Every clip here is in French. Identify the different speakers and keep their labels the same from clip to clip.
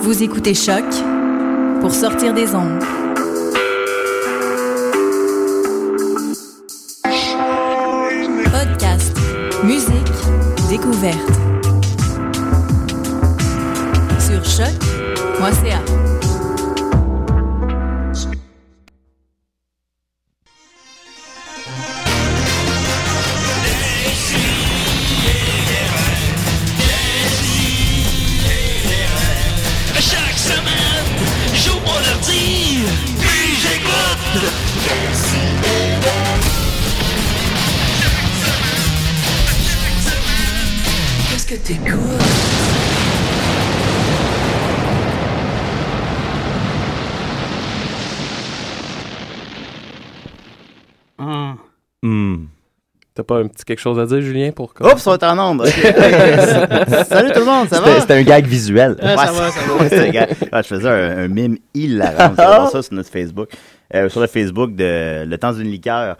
Speaker 1: Vous écoutez Choc pour sortir des ondes. Podcast, musique, découverte. Sur choc.ca.
Speaker 2: Chaque semaine, j'ouvre mon ordi, puis j'écoute. Qu'est-ce que t'écoutes?
Speaker 3: Hmm.
Speaker 4: T'as pas un petit quelque chose à dire, Julien, pour qu'on-
Speaker 5: Oups, on est en onde. ok. Salut tout le monde, ça va?
Speaker 3: C'était c'était un gag visuel.
Speaker 5: Ouais, ça va, ça va. C'était un gars- Ah, je faisais un, un mime hilarant. Vous allez voir ça sur notre Facebook. Euh, sur le Facebook de Le Temps d'une liqueur.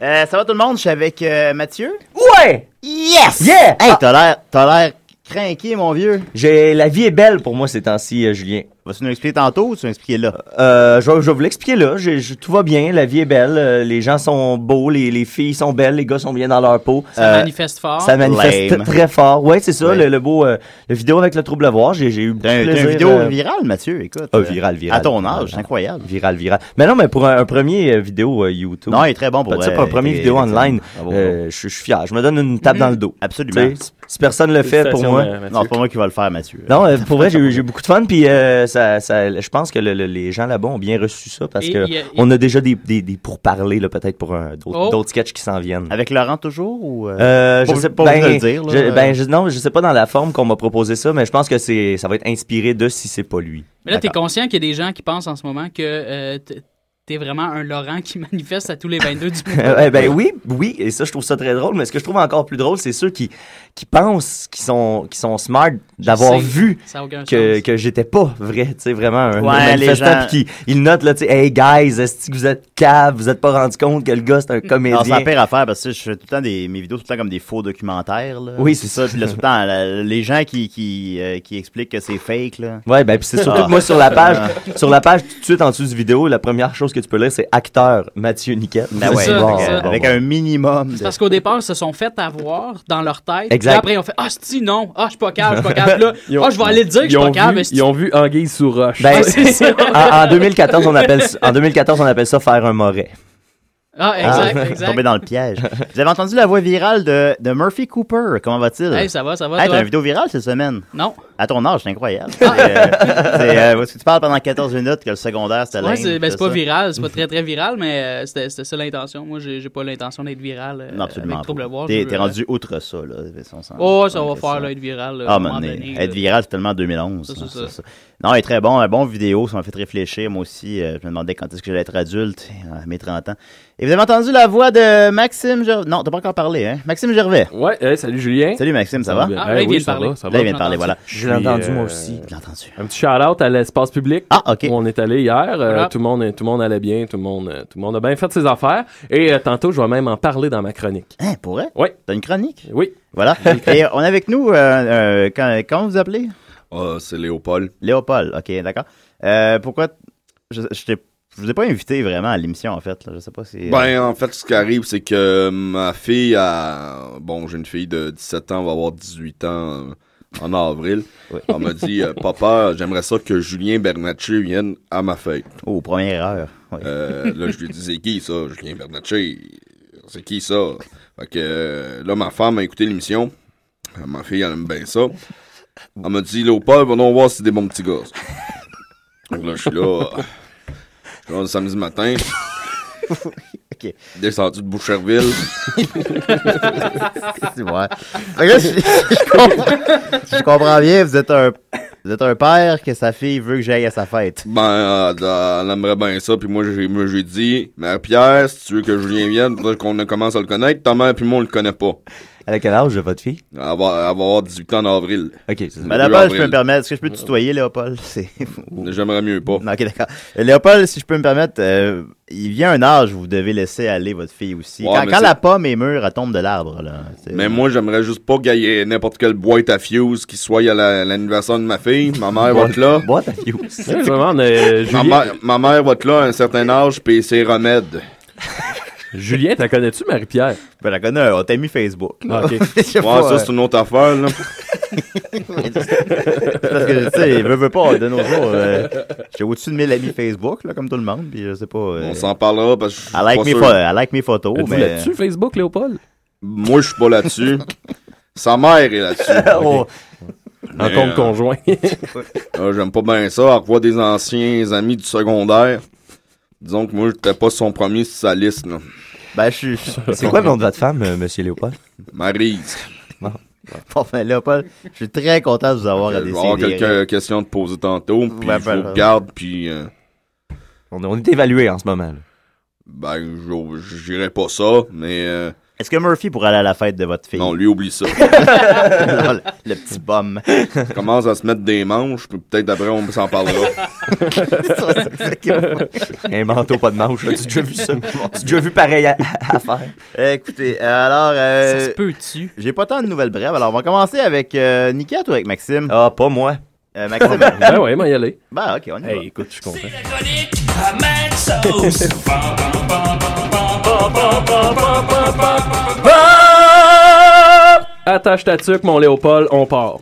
Speaker 5: Euh, ça va tout le monde? Je suis avec euh, Mathieu.
Speaker 6: Ouais!
Speaker 5: Yes!
Speaker 6: Yeah!
Speaker 5: Hey,
Speaker 6: Ah.
Speaker 5: t'as l'air, t'as l'air craqué, mon vieux.
Speaker 6: J'ai- La vie est belle pour moi ces temps-ci, euh, Julien.
Speaker 5: Vas-tu nous expliquer tantôt ou tu vas expliquer là?
Speaker 6: Euh, je, vais- je vais vous l'expliquer là. J'ai- je- tout va bien, la vie est belle, euh, les gens sont beaux, les, les filles sont belles, les gars sont bien dans leur peau.
Speaker 7: Ça
Speaker 6: Euh,
Speaker 7: manifeste fort.
Speaker 6: ça manifeste
Speaker 5: Ah, Lame.
Speaker 6: très fort. Ouais, c'est ça,
Speaker 5: Ouais.
Speaker 6: le, le beau euh, le vidéo avec le trouble à voir. J'ai j'ai eu beaucoup
Speaker 5: T'as un,
Speaker 6: de
Speaker 5: t'as un
Speaker 6: plaisir.
Speaker 5: vidéo
Speaker 6: euh,
Speaker 5: virale, Mathieu, écoute.
Speaker 6: Ah,
Speaker 5: Euh,
Speaker 6: viral, viral.
Speaker 5: À ton âge, hein? c'est
Speaker 6: Viral.
Speaker 5: incroyable.
Speaker 6: viral, viral. Mais non, mais pour un, un premier euh, vidéo euh, YouTube.
Speaker 5: Non, il est très bon pour euh,
Speaker 6: Peut-être ça,
Speaker 5: vrai.
Speaker 6: pour un premier
Speaker 5: Il est
Speaker 6: vidéo
Speaker 5: excellent.
Speaker 6: online,
Speaker 5: Bravo, bravo.
Speaker 6: euh, je suis je suis fier. Je me donne une tape dans le
Speaker 5: Mm-hmm.
Speaker 6: dos.
Speaker 5: Ah, Absolument.
Speaker 6: Tu sais, si- Si personne le fait pour
Speaker 4: Félicitations,
Speaker 6: moi,
Speaker 4: euh, Mathieu.
Speaker 5: Non, c'est pas moi qui va le faire, Mathieu.
Speaker 6: Non, euh, pour vrai, j'ai eu j'ai eu beaucoup de fun, puis euh, ça, ça- je pense que le- le- les gens là-bas ont bien reçu ça parce
Speaker 7: Et
Speaker 6: que
Speaker 7: il y a-
Speaker 6: on a déjà des, des, des pourparlers là, peut-être pour un- d'autres
Speaker 7: Oh.
Speaker 6: d'autres sketchs qui s'en viennent.
Speaker 5: Avec Laurent toujours ou. euh,
Speaker 6: Euh,
Speaker 5: pas-
Speaker 6: je sais
Speaker 5: pas
Speaker 6: pas.
Speaker 5: obligé
Speaker 6: Ben,
Speaker 5: de le dire, là.
Speaker 7: euh.
Speaker 6: je- ben, je- non, je sais pas dans la forme qu'on m'a proposé ça, mais je pense que c'est ça va être inspiré de si c'est pas lui.
Speaker 7: Mais là, t'es
Speaker 6: D'accord.
Speaker 7: conscient qu'il y a des gens qui pensent en ce moment que euh, t- t'es vraiment un Laurent qui manifeste à tous les 22 du mois.
Speaker 6: Eh ben oui, oui, et ça je trouve ça très drôle, mais ce que je trouve encore plus drôle, c'est ceux qui qui pensent qu'ils sont qui sont smart d'avoir
Speaker 7: sais.
Speaker 6: vu
Speaker 7: Ça n'a aucun
Speaker 6: que,
Speaker 7: sens.
Speaker 6: que j'étais pas vrai, tu sais, vraiment un
Speaker 5: Ouais,
Speaker 6: manifestant
Speaker 5: les gens-
Speaker 6: pis qui il note là, tu sais, hey guys, est-ce que vous êtes cave, vous êtes pas rendu compte que le gars c'est un
Speaker 5: Non, c'est la
Speaker 6: comédien.
Speaker 5: pire affaire parce que je fais tout le temps des, mes vidéos, tout le temps comme des faux documentaires. Là.
Speaker 6: Oui, c'est ça.
Speaker 5: Puis là, tout le temps, la- les gens qui, qui, euh, qui expliquent que c'est fake, là.
Speaker 6: Ouais, ben pis c'est surtout
Speaker 5: Ah.
Speaker 6: que moi sur la page, sur la page tout de suite en dessous du vidéo, la première chose que tu peux lire c'est acteur Mathieu Niquette.
Speaker 5: Ben
Speaker 7: C'est
Speaker 5: ouais,
Speaker 7: ça,
Speaker 5: donc,
Speaker 7: c'est
Speaker 5: euh,
Speaker 7: ça.
Speaker 5: avec un minimum.
Speaker 7: C'est
Speaker 5: De...
Speaker 7: parce qu'au départ, ils se sont fait avoir dans leur tête.
Speaker 6: Exact.
Speaker 7: Puis après, ils ont fait Ah, si, non. Ah, je suis pas cave, je suis pas cave. Là,
Speaker 4: Ils ont-
Speaker 7: ah, je vais aller le dire que je
Speaker 4: Ils
Speaker 7: suis
Speaker 4: ont,
Speaker 7: pas cave.
Speaker 4: vu,
Speaker 7: esti.
Speaker 4: ils ont vu Anguille sous roche.
Speaker 6: Ben,
Speaker 7: c'est ça.
Speaker 6: en, en 2014, on appelle ça- en 2014, on appelle ça faire un moret.
Speaker 7: Ah,
Speaker 5: Ah,
Speaker 7: exact, exact.
Speaker 5: Tombé dans le piège. Vous avez entendu la voix virale de, de Murphy Cooper. Comment va-t-il?
Speaker 7: Hey, ça va, ça va.
Speaker 5: Hey,
Speaker 7: toi? Ah.
Speaker 5: t'as une vidéo virale cette semaine.
Speaker 7: Non.
Speaker 5: À ton âge, c'est incroyable. C'est, euh, c'est, euh, parce que tu parles pendant 14 minutes que le secondaire, c'était
Speaker 7: Ouais,
Speaker 5: lame,
Speaker 7: c'est ben, c'est
Speaker 5: tout
Speaker 7: pas
Speaker 5: ça.
Speaker 7: viral, c'est pas très très viral, mais euh, c'était c'était ça l'intention. Moi, j'ai j'ai pas l'intention d'être viral. euh,
Speaker 5: Non, absolument.
Speaker 7: avec trouble à voir,
Speaker 5: pas. T'es
Speaker 7: je-
Speaker 5: t'es rendu outre ça, là. On s'en-
Speaker 7: Oh, ça
Speaker 5: on
Speaker 7: va
Speaker 5: fait
Speaker 7: faire, là, être viral. là, à
Speaker 5: Ah,
Speaker 7: un
Speaker 5: mon
Speaker 7: moment
Speaker 5: nez.
Speaker 7: donné,
Speaker 5: Être
Speaker 7: là.
Speaker 5: viral, c'est tellement 2011.
Speaker 7: Ça, c'est
Speaker 5: hein,
Speaker 7: ça.
Speaker 5: c'est ça. Non, il est très bon, un bon vidéo. Ça m'a fait réfléchir, moi aussi. Euh, je me demandais quand est-ce que j'allais être adulte, euh, à mes 30 ans. Et vous avez entendu la voix de Maxime Gervais. Non, t'as pas encore parlé, hein? Maxime Gervais.
Speaker 4: Ouais, hey, salut Julien.
Speaker 5: Salut, Maxime, ça
Speaker 4: Ah,
Speaker 5: va?
Speaker 4: ben,
Speaker 7: Ah,
Speaker 4: hey,
Speaker 7: là, il
Speaker 4: oui,
Speaker 7: vient de
Speaker 4: ça
Speaker 7: parler.
Speaker 4: va, ça va.
Speaker 5: Là, il vient de
Speaker 7: j'entends
Speaker 5: parler,
Speaker 7: ça.
Speaker 5: voilà.
Speaker 4: Je
Speaker 6: Je
Speaker 4: suis,
Speaker 6: l'ai entendu
Speaker 4: euh,
Speaker 6: moi aussi.
Speaker 5: Je l'ai entendu.
Speaker 4: Un petit shout-out à l'espace public.
Speaker 5: Ah, OK.
Speaker 4: Où on est allé hier, euh,
Speaker 7: Voilà.
Speaker 4: tout, le monde, tout le monde allait bien, tout le monde, euh, tout le monde a bien fait ses affaires. Et euh, tantôt, je vais même en parler dans ma chronique.
Speaker 5: Hein, pour vrai?
Speaker 4: Oui.
Speaker 5: T'as une chronique?
Speaker 4: Oui,
Speaker 5: Voilà. Et on est avec nous, euh, euh, quand- comment vous appelez?
Speaker 8: Ah, c'est Léopold.
Speaker 5: Léopold. OK, d'accord. Euh, pourquoi? t- Je, je t'ai- je vous ai pas invité vraiment à l'émission, en fait. là. Je sais pas si. euh,
Speaker 8: Ben, en fait, ce qui arrive, c'est que euh, ma fille a. Bon, j'ai une fille de 17 ans, va avoir 18 ans euh, en avril.
Speaker 5: Ouais.
Speaker 8: Elle m'a dit euh, Papa, j'aimerais ça que Julien Bernatchez vienne à ma fête.
Speaker 5: Oh, première heure. Oui.
Speaker 8: Euh, là, je lui ai dit C'est qui ça, Julien Bernatchez C'est qui ça Fait que euh, là, ma femme a écouté l'émission. Euh, Ma fille, elle aime bien ça. Elle m'a dit Léopold, va donc voir si c'est des bons petits gosses. Donc là, je suis là. euh, Je suis là le samedi matin.
Speaker 5: Ok.
Speaker 8: Descendu de Boucherville.
Speaker 5: C'est vrai. Fait que là, je, je comprends, je comprends bien, vous êtes, un, vous êtes un père que sa fille veut que j'aille à sa fête.
Speaker 8: Ben, euh, elle, elle aimerait bien ça. Puis moi, j'ai, moi, j'ai dit, Mère Pierre, si tu veux que Julien vienne, faudrait qu'on commence à le connaître. Ta mère, puis moi, on le connaît pas.
Speaker 6: Elle a quel âge, votre fille?
Speaker 8: Elle va, elle va avoir 18 ans en avril.
Speaker 6: OK, c'est ça.
Speaker 8: Ben,
Speaker 5: Mais Léopold, je
Speaker 8: avril.
Speaker 5: peux me permettre. Est-ce que je peux te tutoyer, Léopold? C'est... ou-
Speaker 8: J'aimerais mieux pas.
Speaker 5: Non, ok, d'accord. Euh, Léopold, si je peux me permettre, euh, il vient un âge où vous devez laisser aller votre fille aussi.
Speaker 8: Ouais,
Speaker 5: quand
Speaker 8: mais
Speaker 5: quand
Speaker 8: c'est-
Speaker 5: la pomme est mûre, elle tombe de l'arbre. Là, C'est-
Speaker 8: Mais moi, j'aimerais juste pas qu'il y ait n'importe quelle boîte à fuse qui soit à la- l'anniversaire de ma fille. Ma mère va être là.
Speaker 6: Boîte à fuse.
Speaker 4: Je me demande, euh,
Speaker 8: Ma,
Speaker 4: Julien,
Speaker 8: mère- ma mère va être là à un certain âge, puis c'est remède.
Speaker 4: Julien, t'en connais-tu, Marie-Pierre?
Speaker 5: Ben, la connais, on t'a mis Facebook. là.
Speaker 4: Ah, ok.
Speaker 5: Je sais
Speaker 8: Ouais,
Speaker 5: pas,
Speaker 8: ça,
Speaker 5: euh,
Speaker 8: c'est une autre affaire, là.
Speaker 5: Parce que, tu sais, veut, veut pas, de nos jours, euh, j'ai au-dessus de 1000 amis Facebook, là, comme tout le monde, puis je sais pas. euh,
Speaker 8: On s'en parlera parce que je suis
Speaker 5: I like,
Speaker 8: pas
Speaker 5: mes
Speaker 8: sûr.
Speaker 5: pho- I like mes photos,
Speaker 4: Êtes-vous
Speaker 5: mais.
Speaker 4: là-dessus, Facebook, Léopold?
Speaker 8: Moi, je suis pas là-dessus. Sa mère est là-dessus.
Speaker 6: Oh,
Speaker 4: En
Speaker 8: Mais,
Speaker 4: compte
Speaker 8: euh,
Speaker 4: conjoint. Ben
Speaker 8: Euh, J'aime pas bien ça. Elle voit des anciens amis du secondaire. Disons que moi, j'étais pas son premier sur sa liste, là.
Speaker 5: Ben, je suis- je suis.
Speaker 6: C'est quoi le nom de votre femme, euh, monsieur Léopold?
Speaker 8: Maryse.
Speaker 5: Bon, ben, là, Paul, je suis très content de vous avoir à
Speaker 8: Je vais avoir
Speaker 5: décider.
Speaker 8: quelques questions de poser tantôt, puis
Speaker 5: Ben,
Speaker 8: je
Speaker 5: ben,
Speaker 8: vous regarde, puis... euh,
Speaker 6: On, on est évalué en ce moment. là.
Speaker 8: ben, je- j'irai pas ça, mais... euh,
Speaker 5: Est-ce que Murphy pourrait aller à la fête de votre fille?
Speaker 8: non, lui, oublie ça.
Speaker 5: Non, le, le petit bum.
Speaker 8: Il commence à se mettre des manches, puis peut-être après, on s'en parlera.
Speaker 5: C'est ça, c'est ça qu'il faut.
Speaker 6: Un manteau pas de manche, là. tu as déjà vu ça? tu as déjà vu pareil à, à faire?
Speaker 5: Euh, Écoutez, alors, euh,
Speaker 7: Ça se peut-tu?
Speaker 5: j'ai pas tant de nouvelles brèves. Alors, on va commencer avec euh, Niquette ou avec Maxime?
Speaker 6: Ah, pas moi.
Speaker 5: Euh, Maxime,
Speaker 4: ben ouais, moi, y aller.
Speaker 5: ben, ok, on y va.
Speaker 4: Hey, écoute, je suis content. Attache ta tuque, mon Léopold, on part.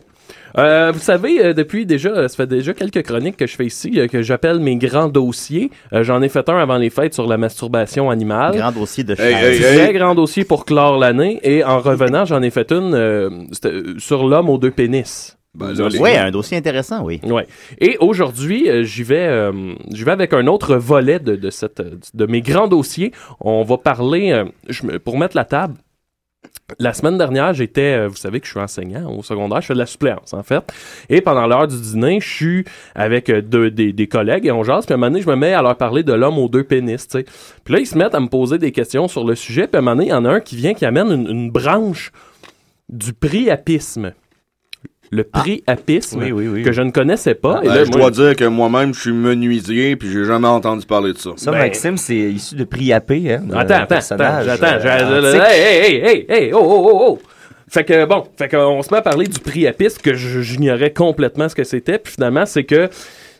Speaker 4: Euh, vous savez, euh, depuis déjà, euh, ça fait déjà quelques chroniques que je fais ici, euh, que j'appelle mes grands dossiers. Euh, J'en ai fait un avant les fêtes sur la masturbation animale.
Speaker 5: Grand dossier de
Speaker 8: Hey,
Speaker 5: Charles.
Speaker 8: hey, hey.
Speaker 4: Très grand dossier pour clore l'année. Et en revenant, j'en ai fait une euh, c'était, euh, sur l'homme aux deux pénis.
Speaker 8: Ben, là, les-
Speaker 5: Ouais, un dossier intéressant, oui.
Speaker 4: Ouais. Et aujourd'hui, euh, j'y vais, euh, j'y vais avec un autre volet de, de, cette, euh, de mes grands dossiers. On va parler, euh, je me- pour mettre la table. La semaine dernière, j'étais, euh, vous savez que je suis enseignant au secondaire, je fais de la suppléance en fait. Et pendant l'heure du dîner, je suis avec euh, deux- des, des collègues et on jase. Puis à un moment donné, je me mets à leur parler de l'homme aux deux pénis. tu sais. Puis là, ils se mettent à me poser des questions sur le sujet. Puis à un moment donné, il y en a un qui vient qui amène une, une branche du priapisme. Le priapisme
Speaker 6: Ah. oui, oui.
Speaker 4: que je ne connaissais
Speaker 5: Ah,
Speaker 4: pas. et
Speaker 8: Ben,
Speaker 4: là,
Speaker 8: je
Speaker 4: moi,
Speaker 8: dois dire que moi-même, je suis menuisier, puis j'ai jamais entendu parler de ça.
Speaker 6: Ça, Maxime, c'est issu de Priapé, hein? d'un
Speaker 4: Ben. Attends, attends, attends,
Speaker 6: personnage,
Speaker 4: j'attends.
Speaker 6: euh,
Speaker 4: j'ai-
Speaker 6: antique.
Speaker 4: hey, hey, hey, hey, hey, oh, oh, oh, oh. Fait que bon, fait qu'on se met à parler du priapisme que je- j'ignorais complètement ce que c'était. Puis finalement, c'est que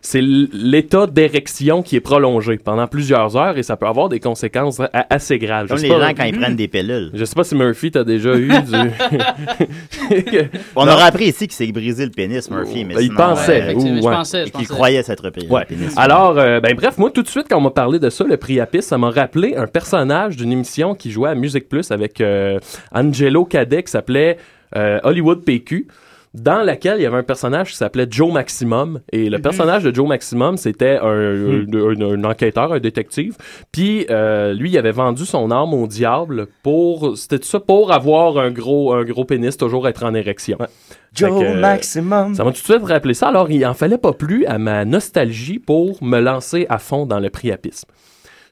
Speaker 4: c'est l- l'état d'érection qui est prolongé pendant plusieurs heures et ça peut avoir des conséquences a- assez graves. Je
Speaker 5: Comme
Speaker 4: sais
Speaker 5: les
Speaker 4: pas-
Speaker 5: gens quand ils prennent des pilules.
Speaker 4: Je sais pas si Murphy t'as déjà eu du.
Speaker 5: On aura appris ici qu'il s'est brisé le pénis, Murphy, mais
Speaker 4: Oh. Ben, Il
Speaker 5: sinon,
Speaker 4: pensait.
Speaker 5: euh,
Speaker 7: Effectivement,
Speaker 4: ou,
Speaker 7: je
Speaker 4: ouais.
Speaker 7: pensais, je
Speaker 5: et qu'il
Speaker 7: pensais.
Speaker 5: croyait s'être brisé
Speaker 4: Ouais.
Speaker 5: le pénis.
Speaker 4: Alors, euh, ben bref, moi tout de suite quand on m'a parlé de ça, le Priapis, ça m'a rappelé un personnage d'une émission qui jouait à Musique Plus avec euh, Angelo Cadet qui s'appelait euh, Hollywood PQ. Dans laquelle il y avait un personnage qui s'appelait Joe Maximum. Et le personnage de Joe Maximum, c'était un, un- un- un enquêteur, un détective. Puis euh, lui, il avait vendu son arme au diable pour. C'était ça pour avoir un gros, un gros pénis, toujours être en érection.
Speaker 6: Joe
Speaker 4: Fait que- euh,
Speaker 6: Maximum.
Speaker 4: Mm. Ça m'a tout de suite rappelé ça. Alors, il en fallait pas plus à ma nostalgie pour me lancer à fond dans le priapisme.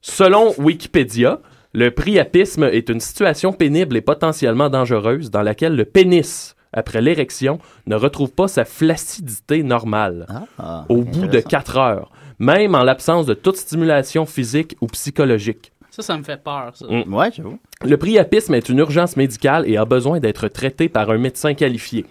Speaker 4: Selon Wikipédia, le priapisme est une situation pénible et potentiellement dangereuse dans laquelle le pénis, après l'érection, ne retrouve pas sa flaccidité normale
Speaker 5: Ah,
Speaker 4: au bout de
Speaker 5: intéressant.
Speaker 4: 4 heures, même en l'absence de toute stimulation physique ou psychologique.
Speaker 7: Ça, ça me fait peur, ça.
Speaker 4: Mm.
Speaker 5: Ouais, j'avoue.
Speaker 4: Le priapisme est une urgence médicale et a besoin d'être traité par un médecin qualifié.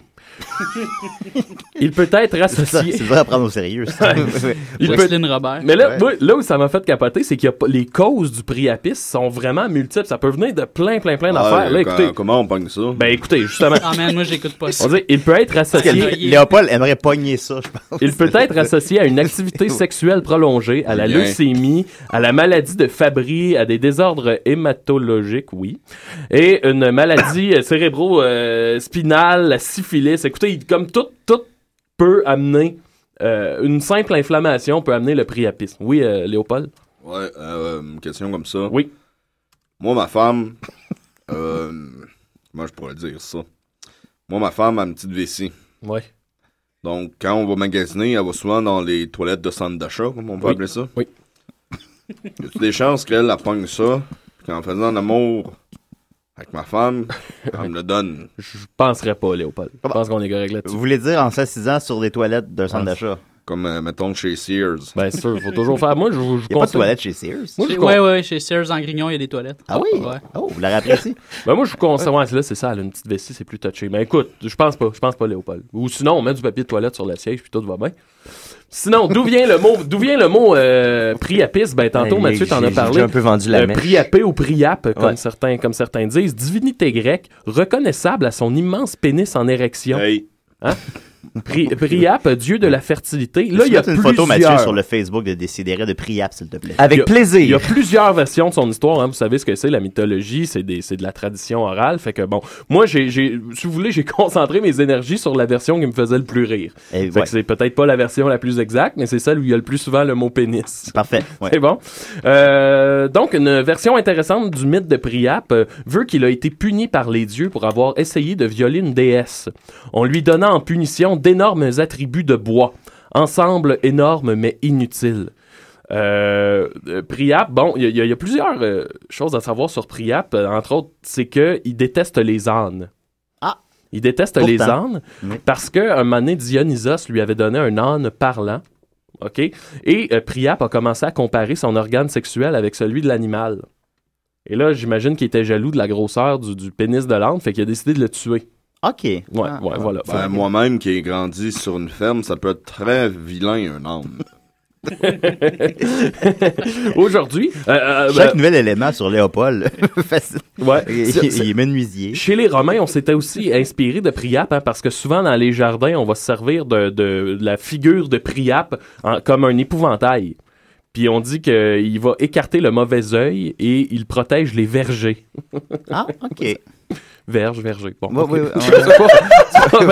Speaker 4: Il peut être
Speaker 5: C'est ça,
Speaker 4: associé.
Speaker 5: c'est vrai à prendre au sérieux. ça.
Speaker 4: Il peut-
Speaker 7: Jocelyne Robert.
Speaker 4: Mais là,
Speaker 5: Ouais.
Speaker 4: moi, là où ça m'a fait capoter, c'est que les causes du priapisme sont vraiment multiples. Ça peut venir de plein, plein, plein d'affaires.
Speaker 8: Ah,
Speaker 4: là,
Speaker 8: quand-
Speaker 4: écoutez,
Speaker 8: Comment on pogne ça?
Speaker 4: ben écoutez, justement,
Speaker 7: Ah, man, moi, j'écoute pas
Speaker 4: on
Speaker 7: ça.
Speaker 4: dit, il peut être associé,
Speaker 7: Il-
Speaker 5: Léopold aimerait pogner ça, je pense.
Speaker 4: il peut être associé à une activité sexuelle prolongée, à la
Speaker 8: Bien.
Speaker 4: leucémie, à la maladie de Fabry, à des désordres hématologiques, oui, et une maladie euh, cérébro-spinale, la syphilis. Écoutez, il- comme tout, tout peut amener. euh, une simple inflammation peut amener le priapisme. Oui, euh, Léopold?
Speaker 8: Ouais, euh, une question comme ça.
Speaker 4: Oui.
Speaker 8: Moi, ma femme, euh, moi, je pourrais dire ça. Moi, ma femme a une petite vessie.
Speaker 4: Ouais.
Speaker 8: Donc, quand on va magasiner, elle va souvent dans les toilettes de centre d'achat, comme on peut
Speaker 4: Oui.
Speaker 8: appeler ça.
Speaker 4: Oui.
Speaker 8: Y a des chances qu'elle la pogne ça, puis qu'en faisant l'amour, Avec ma femme, elle me le donne.
Speaker 4: Je penserais pas, Léopold. Je pense qu'on est correct
Speaker 5: Vous
Speaker 4: là-dessus.
Speaker 5: voulez dire en s'assisant sur des toilettes d'un centre
Speaker 4: Ah,
Speaker 5: d'achat?
Speaker 8: Comme, euh, mettons, chez Sears.
Speaker 4: Bien Ben, sûr, faut toujours faire. Moi, je vous je
Speaker 5: Il n'y a pas de
Speaker 4: conseille.
Speaker 5: toilettes chez Sears?
Speaker 4: Moi, je vous
Speaker 7: Ouais, ouais, chez Sears en Grignon, il y a des toilettes.
Speaker 5: Ah oui?
Speaker 7: Ouais.
Speaker 5: Oh, vous l'avez apprécié?
Speaker 4: Ben moi, je vous conseille. Ouais, là, c'est ça, elle a une petite vessie, c'est plus touché. Mais écoute, je pense pas, je pense pas, Léopold. Ou sinon, on met du papier de toilette sur le siège, puis tout va bien. Sinon, d'où vient le mot, d'où vient le mot euh, priapiste? Ben, tantôt,
Speaker 6: Hey,
Speaker 4: Mathieu, t'en
Speaker 6: j'ai-
Speaker 4: as
Speaker 6: j'ai
Speaker 4: parlé.
Speaker 6: déjà un peu vendu la
Speaker 4: Euh,
Speaker 6: mèche.
Speaker 4: priapé ou priape, comme,
Speaker 6: Ouais.
Speaker 4: certains, comme certains disent. Divinité grecque, reconnaissable à son immense pénis en érection.
Speaker 8: Hey,
Speaker 4: Pri- priape, dieu de la fertilité. Là,
Speaker 5: Tu
Speaker 4: il y a
Speaker 5: mettes une
Speaker 4: plusieurs...
Speaker 5: photo, Mathieu, sur le Facebook de Décideret de Priap, s'il te plaît.
Speaker 4: Il y a-
Speaker 6: Avec
Speaker 4: Il y a
Speaker 6: plaisir.
Speaker 4: plusieurs versions de son histoire. hein. Vous savez ce que c'est, la mythologie, c'est des- c'est de la tradition orale. Fait que bon, moi, j'ai, j'ai- si vous voulez, j'ai concentré mes énergies sur la version qui me faisait le plus rire. Fait
Speaker 5: Eh, ouais,
Speaker 4: que c'est peut-être pas la version la plus exacte, mais c'est celle où il y a le plus souvent le mot pénis.
Speaker 5: Parfait. ouais.
Speaker 4: C'est bon. Euh, donc, une version intéressante du mythe de Priape euh, veut qu'il a été puni par les dieux pour avoir essayé de violer une déesse. On lui donna en punition d'énormes attributs de bois, ensemble énormes mais inutiles. Euh, euh, Priape, bon, il y, a- il y a- il y a plusieurs euh, choses à savoir sur Priape. Euh, Entre autres, c'est qu'il déteste les ânes.
Speaker 5: Ah.
Speaker 4: Il déteste
Speaker 5: Pourtant.
Speaker 4: les ânes
Speaker 5: Mm.
Speaker 4: parce que un moment donné, Dionysos lui avait donné un âne parlant. OK? Et euh, Priape a commencé à comparer son organe sexuel avec celui de l'animal. Et là, j'imagine qu'il était jaloux de la grosseur du, du pénis de l'âne, fait qu'il a décidé de le tuer.
Speaker 5: OK.
Speaker 4: Ouais,
Speaker 5: Ah,
Speaker 4: ouais,
Speaker 5: ah.
Speaker 4: voilà.
Speaker 8: ben, moi-même qui ai grandi sur une ferme, ça peut être très vilain, un homme.
Speaker 4: Aujourd'hui, euh, euh,
Speaker 5: Chaque
Speaker 4: ben,
Speaker 5: nouvel élément sur Léopold. Facile.
Speaker 4: ouais,
Speaker 5: il,
Speaker 4: c'est-
Speaker 5: il est menuisier.
Speaker 4: Chez les Romains, on s'était aussi inspiré de Priape, hein, parce que souvent dans les jardins, on va se servir de, de- de la figure de Priape en- comme un épouvantail. Puis on dit qu'il va écarter le mauvais œil et il protège les vergers.
Speaker 5: Ah, OK. Ouais,
Speaker 4: Verges, vergers. Bon,
Speaker 5: ouais,
Speaker 4: ok.
Speaker 5: ouais, ouais.
Speaker 4: C'est pas- c'est pas-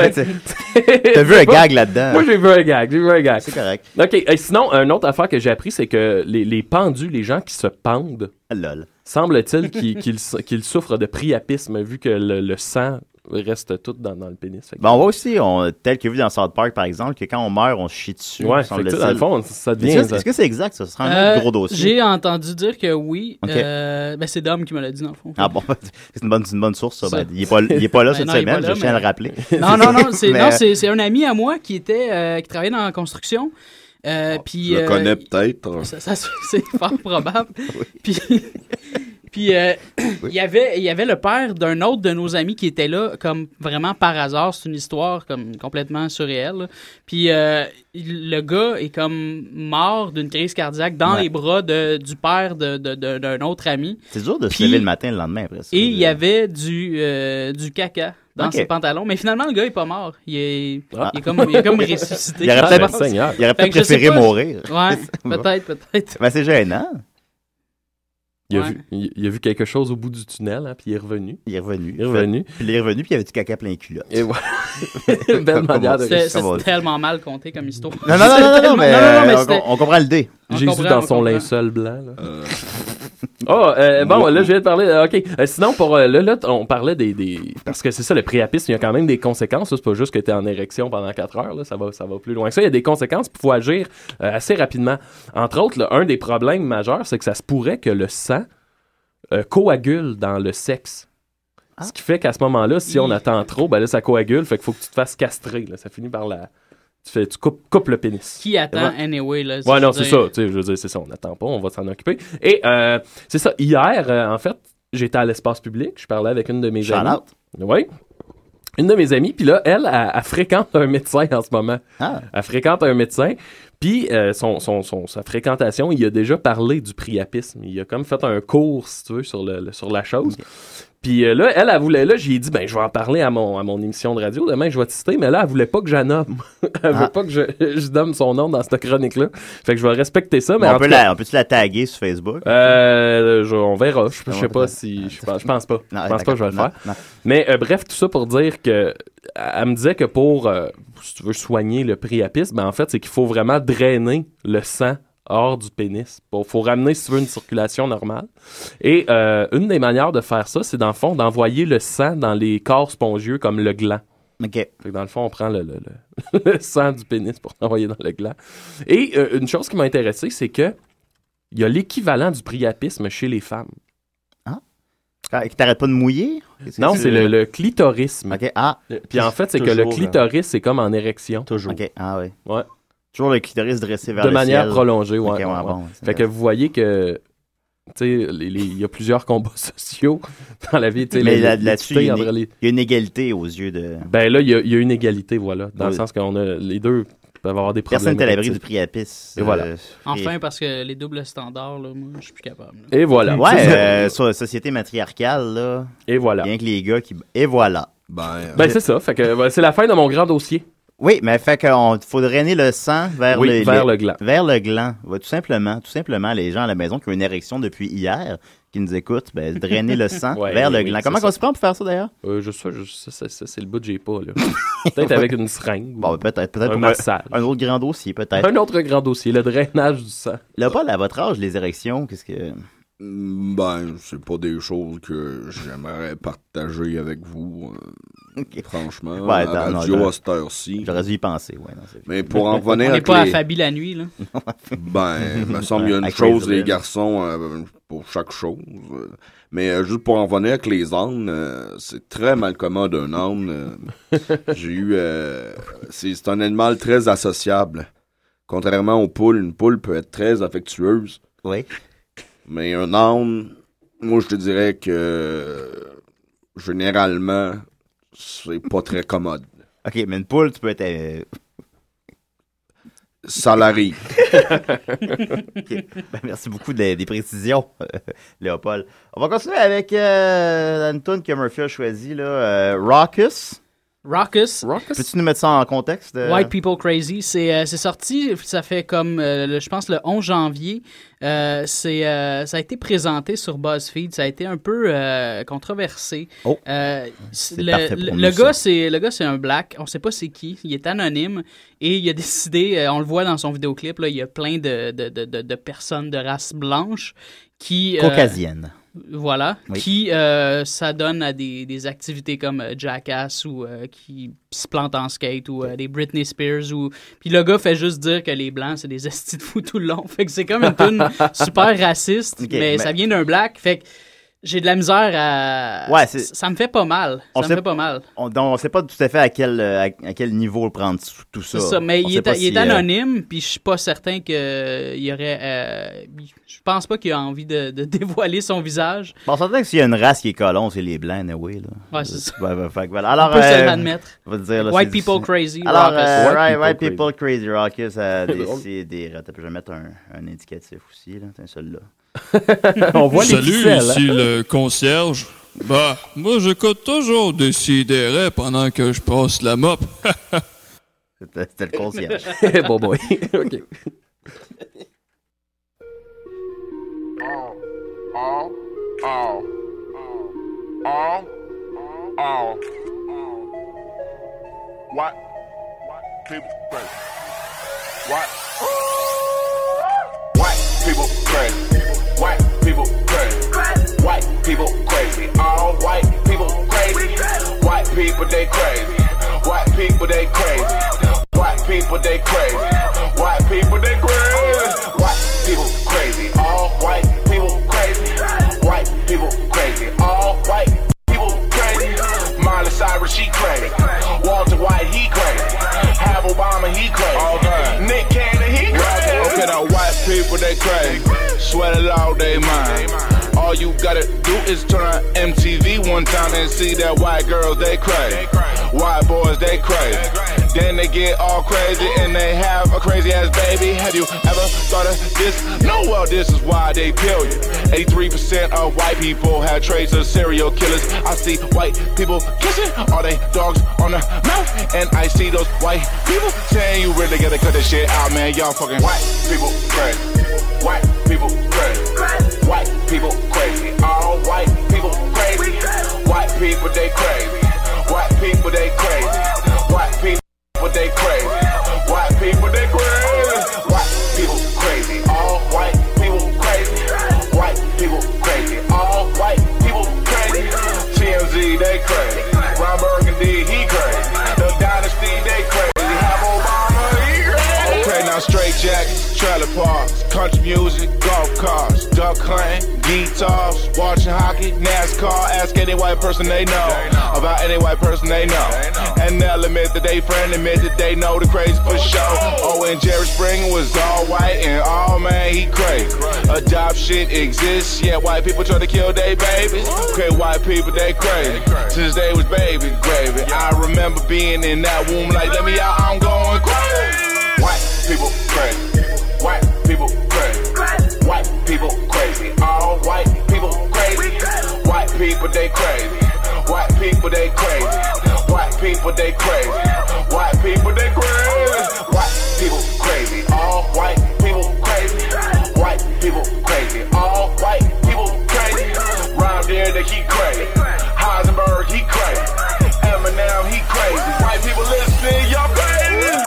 Speaker 4: ben,
Speaker 5: T'as vu un gag là-dedans?
Speaker 4: Moi, j'ai vu un gag, j'ai vu un gag.
Speaker 5: C'est correct.
Speaker 4: OK, et sinon, une autre affaire que j'ai appris, c'est que les, les pendus, les gens qui se pendent,
Speaker 5: Ah, Lol.
Speaker 4: semble-t-il qu'ils qu'ils- qu'ils souffrent de priapisme, vu que le, le sang reste tout dans, dans le pénis. Fait que-
Speaker 5: Ben, on voit aussi, on, tel que vu dans South Park, par exemple, que quand on meurt, on se chie dessus.
Speaker 4: Ouais, fait que, tu sais,
Speaker 5: semble-t-il.
Speaker 4: dans le fond, ça
Speaker 5: Mais
Speaker 4: devient.
Speaker 5: ça,
Speaker 4: ça.
Speaker 5: Est-ce que c'est exact, ça? Ce sera un
Speaker 7: Euh,
Speaker 5: autre gros dossier.
Speaker 7: J'ai entendu dire que oui.
Speaker 5: Ok.
Speaker 7: Euh, ben, c'est Dom qui me l'a dit, dans le fond.
Speaker 5: Ah bon, c'est une bonne, c'est une bonne source, ça.
Speaker 7: Ça.
Speaker 5: Ben, il n'est pas, il est pas là
Speaker 7: Ben
Speaker 5: cette
Speaker 7: non, il est
Speaker 5: semaine,
Speaker 7: pas là,
Speaker 5: je tiens à
Speaker 7: mais-
Speaker 5: le rappeler.
Speaker 7: Non, non, non, c'est
Speaker 5: Mais-
Speaker 7: non, c'est- c'est un ami à moi qui était euh, qui travaillait dans la construction. Euh, puis,
Speaker 8: Oh, Je le
Speaker 7: euh,
Speaker 8: connais peut-être.
Speaker 7: ça, ça, c'est fort probable. Puis, puis euh, il, y avait, il y avait le père d'un autre de nos amis qui était là, comme vraiment par hasard. C'est une histoire comme complètement surréelle. là. Puis euh, il- le gars est comme mort d'une crise cardiaque dans
Speaker 5: Ouais.
Speaker 7: les bras de- du père de- de- de- d'un autre ami.
Speaker 5: C'est dur de se
Speaker 7: Puis-
Speaker 5: lever le matin le lendemain après ça.
Speaker 7: Et il y avait du, euh, du caca dans
Speaker 5: Ok.
Speaker 7: ses pantalons. Mais finalement, le gars est pas mort. Il est,
Speaker 4: Ah.
Speaker 7: il est comme, il est comme ressuscité.
Speaker 5: Il aurait
Speaker 4: Ah, ben,
Speaker 5: peut-être
Speaker 4: Seigneur.
Speaker 5: il aurait
Speaker 7: Fait
Speaker 5: peut-être
Speaker 7: que je sais
Speaker 5: préféré
Speaker 7: pas, je-
Speaker 5: mourir.
Speaker 7: Ouais,
Speaker 5: Bon.
Speaker 7: peut-être, peut-être.
Speaker 5: Ben, c'est gênant.
Speaker 4: Il a,
Speaker 7: Ouais.
Speaker 4: vu, il, il a vu quelque chose au bout du tunnel, hein, puis il est revenu.
Speaker 5: Il est revenu.
Speaker 4: Il est revenu.
Speaker 5: Puis il est revenu, puis il y avait du caca plein culotte.
Speaker 4: Et voilà. Belle manière de
Speaker 5: Comment-
Speaker 7: C'était
Speaker 4: réussir.
Speaker 5: Ça va.
Speaker 7: c'était tellement mal compté comme histoire.
Speaker 5: Non, non, non, non, non,
Speaker 7: C'était
Speaker 5: non, mais, euh,
Speaker 7: tellement-
Speaker 4: euh,
Speaker 7: non, non, mais
Speaker 5: on-
Speaker 7: c'était-
Speaker 5: on, comprend l'idée.
Speaker 7: on
Speaker 4: Jésus
Speaker 7: comprend,
Speaker 4: dans
Speaker 7: on
Speaker 4: son
Speaker 7: comprend.
Speaker 4: linceul blanc. Là.
Speaker 8: Euh,
Speaker 4: Ah, euh, bon, là, je viens de parler. euh, OK. Euh, sinon, pour euh, là, là, t- on parlait des, des- Parce que c'est ça, le préapisme, il y a quand même des conséquences. là. C'est pas juste que tu es en érection pendant 4 heures. Là, ça, va, ça va plus loin que ça. Il y a des conséquences, puis il faut agir euh, assez rapidement. Entre autres, là, un des problèmes majeurs, c'est que ça se pourrait que le sang euh, coagule dans le sexe.
Speaker 7: Ah.
Speaker 4: Ce qui fait qu'à ce moment-là, si on attend trop, ben là, ça coagule. Fait qu'il faut que tu te fasses castrer. là. Ça finit par la. Tu, fais, tu coupes, coupes le pénis.
Speaker 7: Qui attend anyway, là?
Speaker 4: Ouais, non,
Speaker 7: je veux
Speaker 4: c'est ça.
Speaker 7: dire.
Speaker 4: Tu sais, je veux dire, c'est ça. On n'attend pas, on va s'en occuper. Et euh, c'est ça. Hier, euh, en fait, j'étais à l'espace public. Je parlais avec une de mes
Speaker 5: Shout
Speaker 4: amies.
Speaker 5: out.
Speaker 4: Oui. Une de mes amies. Puis là, elle, elle, elle fréquente un médecin en ce moment.
Speaker 5: Ah.
Speaker 4: Elle fréquente un médecin. Puis euh, son, son, son- sa fréquentation, il a déjà parlé du priapisme. Il a comme fait un cours, si tu veux, sur, le, le- sur la chose. Puis euh, là, elle, elle voulait, là, j'ai dit, ben, je vais en parler à mon, à mon émission de radio. Demain, je vais te citer, mais là, elle voulait pas que j'en nomme. elle veut
Speaker 5: Ah.
Speaker 4: pas que je, je nomme son nom dans cette chronique-là. Fait que je vais respecter ça, mais
Speaker 5: on,
Speaker 4: en
Speaker 5: peut
Speaker 4: tout cas,
Speaker 5: la, on peut-tu la taguer sur Facebook?
Speaker 4: euh, je- on verra. Je, je sais pas
Speaker 5: Ouais,
Speaker 4: si. Je pense, je pense pas.
Speaker 5: Ah, Non,
Speaker 4: je pense pas que je vais le
Speaker 5: non,
Speaker 4: faire. Mais euh, bref, tout ça pour dire que. euh, Elle me disait que pour, euh, si tu veux, soigner le priapisme, ben, en fait, c'est qu'il faut vraiment drainer le sang hors du pénis. Il faut ramener, si tu veux, une circulation normale. Et euh, une des manières de faire ça, c'est, dans le fond, d'envoyer le sang dans les corps spongieux comme le gland.
Speaker 5: non. OK.
Speaker 4: Fait que dans le fond, on prend le, le- le- le sang du pénis pour l'envoyer dans le gland. Et euh, une chose qui m'a intéressé, c'est que il y a l'équivalent du priapisme chez les femmes.
Speaker 5: Ah. Ah, et qui t'arrête pas de mouiller? Qu'est-ce que
Speaker 4: Non, c'est le, le clitorisme.
Speaker 5: OK, ah,
Speaker 4: Puis en fait, c'est que le
Speaker 5: euh,
Speaker 6: Toujours,
Speaker 4: clitoris, c'est comme en érection.
Speaker 5: toujours. OK, ah oui.
Speaker 4: Ouais.
Speaker 5: Toujours le clitoris dressé vers
Speaker 4: De
Speaker 5: le
Speaker 4: manière
Speaker 5: ciel.
Speaker 4: prolongée, ouais.
Speaker 5: Ok, ouais,
Speaker 4: ouais, ouais.
Speaker 5: bon, c'est
Speaker 4: Fait que vous voyez que. Tu sais, les- les- il y a plusieurs combats sociaux dans la vie. tu sais,
Speaker 5: Mais
Speaker 4: les-
Speaker 5: là-
Speaker 4: les-
Speaker 5: là-dessus,
Speaker 4: les-
Speaker 5: il y a
Speaker 4: entre les-
Speaker 5: Il y a une égalité aux yeux de...
Speaker 4: Ben là, il y, a- il y a une égalité, voilà. Dans le
Speaker 5: Oui.
Speaker 4: sens qu'on a les deux peuvent avoir des problèmes.
Speaker 5: Personne n'est à l'abri du euh,
Speaker 4: érectiles.
Speaker 5: priapis.
Speaker 4: Et voilà.
Speaker 7: Enfin, parce que les doubles standards, là, moi, je suis plus capable. là.
Speaker 4: Et voilà.
Speaker 5: Ouais,
Speaker 4: Ça,
Speaker 5: euh, sur la société matriarcale, là,
Speaker 4: c'est- Et voilà.
Speaker 5: rien que les gars qui... Et voilà.
Speaker 8: Ben,
Speaker 4: Ben c'est ça. Fait que ben, c'est la fin de mon grand dossier.
Speaker 5: Oui, mais fait qu'on faut drainer le sang vers
Speaker 4: oui,
Speaker 5: le...
Speaker 4: vers le gland.
Speaker 5: Vers le gland. Ouais, tout simplement, tout simplement, les gens à la maison qui ont une érection depuis hier, qui nous écoutent, ben, drainer le sang
Speaker 4: Ouais,
Speaker 5: vers le
Speaker 4: oui,
Speaker 5: gland.
Speaker 4: c'est
Speaker 5: Comment
Speaker 4: ça.
Speaker 5: on se prend pour faire ça, d'ailleurs?
Speaker 4: Euh, je sais, je sais, ça, ça, c'est le bout que j'ai pas là. Peut-être avec une seringue.
Speaker 5: Bon, ben, peut-être,
Speaker 4: un
Speaker 5: peut-être pour
Speaker 4: massage.
Speaker 5: un autre grand dossier, peut-être.
Speaker 4: Un autre grand dossier, le drainage du sang.
Speaker 5: Là, Paul, à votre âge, les érections, qu'est-ce que...
Speaker 8: ben c'est pas des choses que j'aimerais partager avec vous, euh,
Speaker 5: Ok.
Speaker 8: franchement,
Speaker 5: Ouais,
Speaker 8: à
Speaker 5: non, non,
Speaker 8: radio
Speaker 5: non.
Speaker 8: à cette heure-ci.
Speaker 5: J'aurais dû y penser, ouais. Non, c'est-
Speaker 8: Mais pour en
Speaker 7: On
Speaker 5: Ben,
Speaker 8: revenir
Speaker 7: n'est
Speaker 8: avec
Speaker 7: pas à
Speaker 8: les-
Speaker 7: Fabi la nuit, là.
Speaker 8: Ben, il me semble qu'il y a une
Speaker 5: Avec
Speaker 8: chose,
Speaker 5: les
Speaker 8: les
Speaker 5: autres.
Speaker 8: garçons, euh, pour chaque chose. euh. Mais euh, juste pour en venir avec les ânes, euh, c'est très mal commun d'un âne. euh. J'ai eu... euh, c'est c'est un animal très associable. Contrairement aux poules, une poule peut être très affectueuse,
Speaker 5: Oui.
Speaker 8: mais un âne, moi je te dirais que euh, généralement, c'est pas très commode.
Speaker 5: OK, mais une poule, tu peux être... euh,
Speaker 8: Ça l'arrive.
Speaker 5: Ben, merci beaucoup des, des précisions, Léopold. On va continuer avec euh, Anton que Murphy a choisi, là, euh, Raucous.
Speaker 7: Raucous.
Speaker 4: Raucous?
Speaker 5: Peux-tu nous mettre ça en contexte? euh?
Speaker 7: White People Crazy, c'est euh, c'est sorti, ça fait comme, euh, le- je pense, le 11 janvier. Euh, c'est, euh, ça a été présenté sur BuzzFeed, ça a été un peu euh, controversé.
Speaker 5: Oh.
Speaker 7: Euh, c'est-
Speaker 5: parfait
Speaker 7: le,
Speaker 5: pour
Speaker 7: le-
Speaker 5: nous,
Speaker 7: le
Speaker 5: ça.
Speaker 7: gars, c'est le gars, c'est un black, on sait pas c'est qui, il est anonyme et il a décidé, euh, on le voit dans son vidéoclip, là, il y a plein de, de, de- de- de personnes de race blanche qui... euh,
Speaker 5: Caucasienne.
Speaker 7: voilà,
Speaker 5: Oui.
Speaker 7: qui euh, s'adonnent à des, des activités comme euh, Jackass ou euh, qui se plantent en skate ou euh, des Britney Spears ou puis le gars fait juste dire que les blancs c'est des estis de fous tout le long, fait que c'est comme une tune super raciste,
Speaker 5: Ok,
Speaker 7: mais,
Speaker 5: mais-
Speaker 7: ça vient d'un black, fait que j'ai de la misère à
Speaker 5: Ouais, c'est-
Speaker 7: ça me fait pas mal,
Speaker 5: On
Speaker 7: ça
Speaker 5: sait-
Speaker 7: me fait pas mal.
Speaker 5: On, donc, on ne sait pas tout à fait à quel, euh, à, à quel niveau prendre tout- tout ça.
Speaker 7: C'est ça, mais
Speaker 5: On
Speaker 7: il
Speaker 5: sait
Speaker 7: est,
Speaker 5: pas
Speaker 7: il est
Speaker 5: si, euh,
Speaker 7: anonyme, puis je suis pas certain que euh, il y aurait. euh, je pense pas qu'il a envie de, de dévoiler son visage.
Speaker 5: bon, on s'entend que s'il y a une race qui est colon, c'est les blancs, anyway. Là.
Speaker 7: Ouais, c'est ça.
Speaker 5: Ouais, ouais, fait que voilà. Alors,
Speaker 7: On peut se
Speaker 5: euh,
Speaker 7: l'admettre.
Speaker 5: on va dire, là,
Speaker 7: White
Speaker 5: c'est
Speaker 7: people
Speaker 5: difficile.
Speaker 7: crazy.
Speaker 5: Alors,
Speaker 7: raucous.
Speaker 5: euh,
Speaker 4: White
Speaker 5: right,
Speaker 4: people
Speaker 5: White
Speaker 4: crazy.
Speaker 5: people crazy, Raucous euh, a
Speaker 4: drôle.
Speaker 5: décidé. Attends, Je vais mettre un, un indicatif aussi. Là. Tiens, celui-là.
Speaker 4: On voit les
Speaker 9: Salut,
Speaker 4: ficelles. hein.
Speaker 9: ici le concierge. Bah, moi j'écoute toujours des sidérés pendant que je passe la mop.
Speaker 5: C'était c'était euh, le concierge.
Speaker 4: hein. bon boy. OK.
Speaker 10: What? People crazy. What? White people crazy. White people crazy. White people crazy. All white people crazy. White people they crazy. White people they crazy. White people they crazy. White people they crazy. White people crazy. All white people crazy. White people crazy. All white people crazy. Miley Cyrus she crazy. Walter White he crazy. Have Obama he crazy. Nick Cannon he crazy. Okay, now white people they crazy. Sweat it all they mind. All you gotta do is turn on MTV one time and see that white girls they crazy. White boys they crazy. Then they get all crazy and they have a crazy ass baby. Have you ever thought of this? No, well this is why they kill you. 83% of white people have traits of serial killers. I see white people kissing all they dogs on the mouth, and I see those white people saying you really gotta cut this shit out, man. Y'all fucking white people crazy. White people crazy. White people crazy. All white people crazy. White people they crazy. White people they crazy. White people they crazy. White people they crazy. White people crazy. All white people crazy. White people crazy. All white people crazy. TMZ they crazy. Ron Burgundy he crazy. The Dynasty they crazy. Have Obama he crazy. Okay, now straight jackets, trailer parks, country music, golf cars, duck hunting, guitars, watching hockey, NASCAR. Ask any white person they know about any white person they know, and they'll admit that they friend admit that they know the crazy for sure. Oh, and Jerry Springer was all white and all man he crazy. Adoption exists, yeah. White people try to kill their babies. Okay, white people they crazy. Since they was baby gravy, I remember being in that womb like, let me out, I'm going crazy. White people crazy. White people crazy. White people crazy. All white people crazy. White people they crazy. White people they crazy. White people they crazy. White people they crazy. White people crazy. All white people crazy. White people crazy. All white people crazy. Round there that he crazy. Heisenberg he crazy. Eminem he crazy. White people listening, y'all crazy.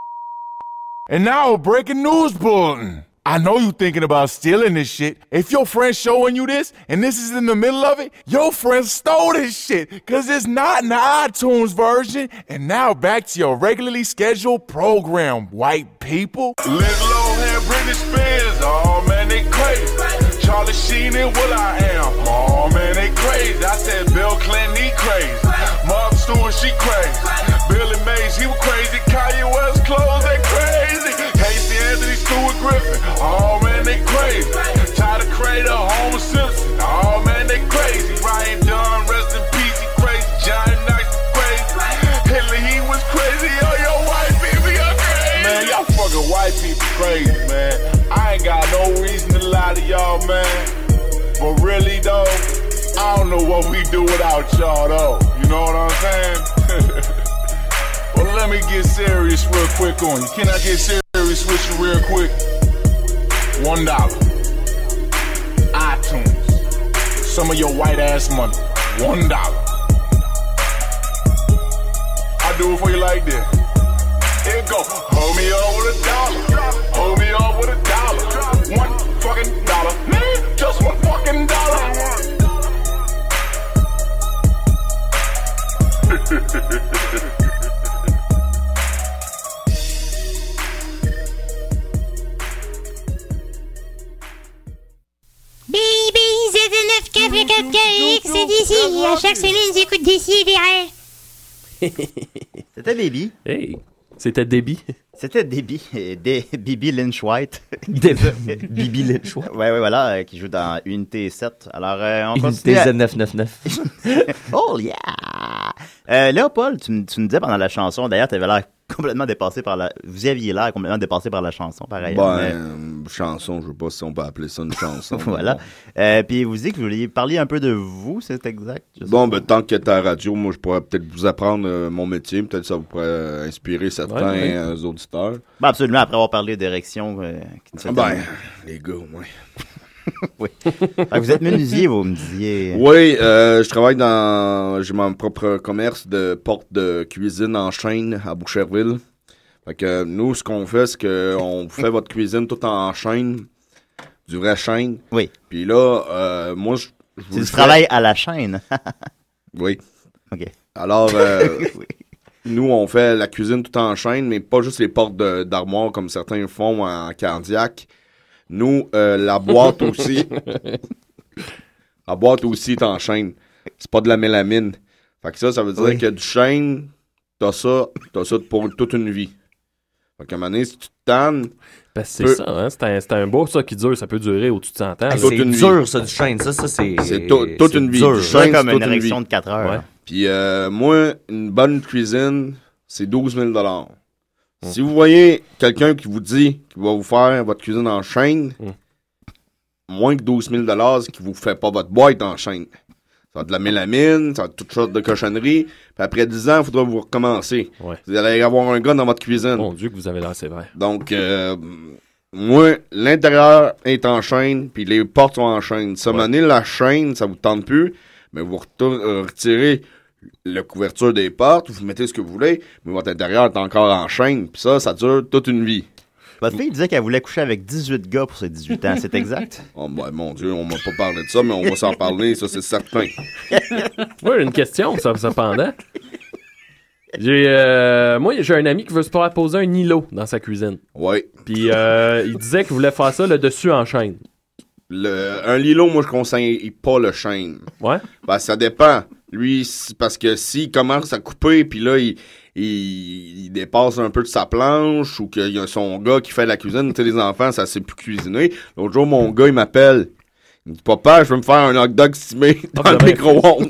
Speaker 11: And now, breaking news bulletin. I know you thinking about stealing this shit. If your friend's showing you this and this is in the middle of it, your friend stole this shit because it's not in the iTunes version. And now back to your regularly scheduled program, white people.
Speaker 10: Live low, have Britney Spears, oh man, they crazy. Charlie Sheen and Will I Am, oh man, they crazy. I said Bill Clinton, he crazy. Mark Stewart, she crazy. Billy Mays, he was crazy. Kanye West clothes, they crazy. Casey Anthony, Stewart Griffin, oh man, they crazy. Tyler Crater, Homer Simpson, oh man, they crazy. Ryan Dunn, rest in peace, he crazy. John Knox, he crazy. Hitler, he was crazy. Oh, yo, white people, you crazy. Man, y'all fucking white people crazy, man. I ain't got no reason to lie to y'all, man. But really, though, I don't know what we do without y'all, though. You know what I'm saying? well, let me get serious real quick on you. Can I get serious with you real quick? One dollar. iTunes. Some of your white ass money. One dollar. I do it for you like this. It go, hold me up with a dollar. Hold me up with a dollar. One fucking dollar. Man, just one fucking dollar.
Speaker 12: BB09444KX, c'est d'ici. À chaque semaine, j'écoute d'ici vers.
Speaker 5: C'était Baby.
Speaker 4: Hey, c'était Debbie.
Speaker 5: C'était Debbie. euh, Dé- Bibi Lynch White. Bibi Lynch White. Ouais, ouais, voilà, euh, qui joue dans Unité 7. Alors, euh, on
Speaker 6: Unité
Speaker 5: continue à-
Speaker 6: Z999.
Speaker 5: oh yeah! Euh, Léopold, tu, me- tu me disais pendant la chanson, d'ailleurs, tu avais l'air complètement dépassé par la. Vous aviez l'air complètement dépassé par la chanson, pareil.
Speaker 8: Ben, chanson, je sais pas si on peut appeler ça une chanson.
Speaker 5: Voilà. Euh, puis vous dites que vous vouliez parler un peu de vous, c'est exact? Je sais
Speaker 8: Bon,
Speaker 5: pas.
Speaker 8: ben, tant que t'es à la radio, moi, je pourrais peut-être vous apprendre euh, mon métier. Peut-être ça vous pourrait euh, inspirer certains
Speaker 5: Ouais, ouais.
Speaker 8: euh, auditeurs.
Speaker 5: Ben, absolument, après avoir parlé d'érection. euh, qui nous fait
Speaker 8: Ah ben,
Speaker 5: tellement-
Speaker 8: les gars, moi.
Speaker 5: oui. Fait que vous êtes menuisier, vous me disiez.
Speaker 8: Oui, euh, je travaille dans. J'ai mon propre commerce de porte de cuisine en chaîne à Boucherville. Fait que euh, nous, ce qu'on fait, c'est qu'on vous fait votre cuisine tout en chaîne, du vrai chaîne.
Speaker 5: Oui.
Speaker 8: Puis là, euh, moi, je. je vous
Speaker 5: C'est
Speaker 8: le
Speaker 5: du
Speaker 8: fais-
Speaker 5: travail à la chaîne.
Speaker 8: Oui.
Speaker 5: OK.
Speaker 8: Alors, euh, nous, on fait la cuisine tout en chaîne, mais pas juste les portes de- d'armoire comme certains font en cardiaque. Nous, euh, la boîte aussi. la boîte aussi est en chaîne. C'est pas de la mélamine. Fait que ça, ça veut dire
Speaker 5: Oui.
Speaker 8: que du chaîne, t'as ça, t'as ça pour toute une vie. Fait qu'à un moment donné, si tu te tannes.
Speaker 4: Parce que c'est
Speaker 8: tu peux-
Speaker 4: ça, hein? C'est un, c'est un bois, ça, qui dure. Ça peut durer au-dessus de 100 ans.
Speaker 6: Ah,
Speaker 8: Hey,
Speaker 4: là.
Speaker 8: toute une vie. C'est tout- toute une vie. Du
Speaker 5: C'est
Speaker 8: chaîne,
Speaker 5: comme
Speaker 8: c'est
Speaker 5: une
Speaker 8: toute
Speaker 5: érection
Speaker 8: vie.
Speaker 5: de quatre heures.
Speaker 8: Ouais. Puis euh, moi, une bonne cuisine, c'est 12 000 Si vous voyez quelqu'un qui vous dit qu'il va vous faire votre cuisine en chaîne, moins que 12 000 c'est qu'il vous fait pas votre boîte en chaîne. Ça a de la mélamine, ça a toutes sortes de cochonneries. Puis après 10 ans, il faudra vous recommencer. Vous allez avoir un gars dans votre cuisine. Mon
Speaker 4: Dieu, que vous avez lancé vrai.
Speaker 8: Donc, euh, moi, l'intérieur est en chaîne, puis les portes sont en chaîne. Ça m'a donné la chaîne, ça vous tente plus, mais vous retour- euh, retirez la couverture des portes, vous mettez ce que vous voulez, mais votre intérieur est encore en chaîne, puis ça, ça dure toute une vie.
Speaker 5: Votre fille disait qu'elle voulait coucher avec 18 gars pour ses 18 ans, c'est exact?
Speaker 8: Oh, ben, mon Dieu, on m'a pas parlé de ça, mais on va s'en parler, ça, c'est certain.
Speaker 4: Moi, j'ai une question, ça, cependant. J'ai, euh, moi, j'ai un ami qui veut se faire poser un îlot dans sa cuisine.
Speaker 8: Ouais.
Speaker 4: Puis euh, il disait qu'il voulait faire ça le dessus en chaîne.
Speaker 8: Le- un Lilo, moi, je conseille pas le chêne.
Speaker 4: Ouais?
Speaker 8: Ben, ça dépend. Lui, c'est- parce que s'il commence à couper, puis là, il, il, il dépasse un peu de sa planche, ou qu'il y a son gars qui fait la cuisine, tu sais, les enfants, ça sait plus cuisiner. L'autre jour, mon gars, il m'appelle. Il me dit, papa, je veux me faire un hot dog stimé dans
Speaker 4: Ah,
Speaker 8: le
Speaker 4: ben,
Speaker 8: micro-ondes.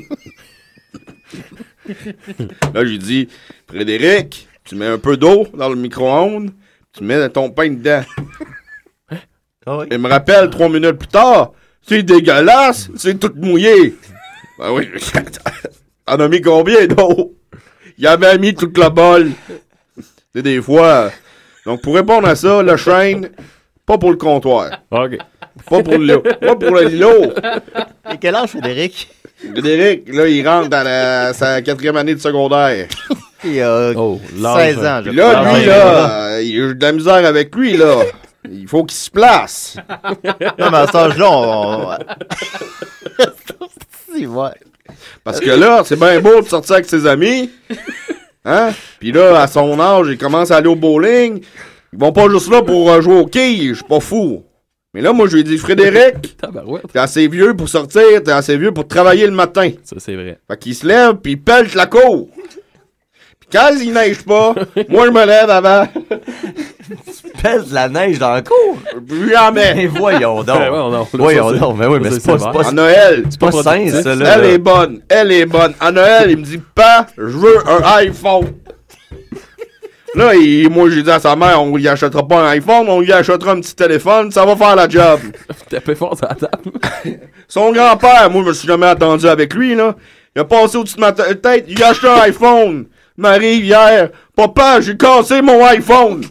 Speaker 8: Là, j'ai dit, Frédéric, tu mets un peu d'eau dans le micro-ondes, tu mets ton pain dedans.
Speaker 4: Hein? Ah
Speaker 8: Il me rappelle trois minutes plus tard, c'est dégueulasse, c'est tout mouillé. Ben oui, t'en as mis combien d'eau? Il avait mis toute la balle. C'est des fois. Donc, pour répondre à ça, le chaîne, pas pour le comptoir.
Speaker 4: OK.
Speaker 8: Pas pour le, pas pour le lot.
Speaker 5: Et quel âge, Frédéric?
Speaker 8: Frédéric, là, il rentre dans la- sa quatrième année de secondaire.
Speaker 5: Il a
Speaker 4: oh,
Speaker 5: 16 ans. je
Speaker 8: Puis là,
Speaker 5: pense.
Speaker 8: lui, là, euh, il a de la misère avec lui, là. Il faut qu'il se place.
Speaker 5: Non, mais à cet âge-là, on- Si, ouais.
Speaker 8: Parce que là, c'est bien beau de sortir avec ses amis. Hein? Puis là, à son âge, il commence à aller au bowling. Ils vont pas juste là pour euh, jouer au quilles, je suis pas fou. Mais là, moi, je lui ai dit, Frédéric,
Speaker 4: Tabarouette.
Speaker 8: t'es assez vieux pour sortir, t'es assez vieux pour travailler le matin.
Speaker 4: Ça, c'est vrai.
Speaker 8: Fait qu'il se lève, puis il pèle la cour. Puis quand il neige pas, moi, je me lève avant.
Speaker 6: Pèse de la neige dans le cours.
Speaker 8: Plus jamais.
Speaker 6: Mais voyons donc.
Speaker 4: Ben voyons donc.
Speaker 6: Voyons
Speaker 4: Ça, c'est-
Speaker 6: donc. Mais oui, mais
Speaker 4: ça,
Speaker 6: c'est pas,
Speaker 4: c'est
Speaker 6: c'est
Speaker 4: sévère.
Speaker 6: pas,
Speaker 8: À Noël,
Speaker 6: c'est pas sain, ça, là.
Speaker 8: elle
Speaker 6: là.
Speaker 8: est bonne, elle est bonne. À Noël, il me dit pas, je veux un iPhone. Là, il- moi, j'ai dit à sa mère, on lui achètera pas un iPhone, on lui achètera un petit téléphone, ça va faire la job.
Speaker 4: Tapez fort sur la table.
Speaker 8: Son grand-père, moi, je me suis jamais attendu avec lui, là. Il a passé au-dessus de ma te- tête, il a acheté un iPhone. Il M'arrive hier, papa, j'ai cassé mon iPhone.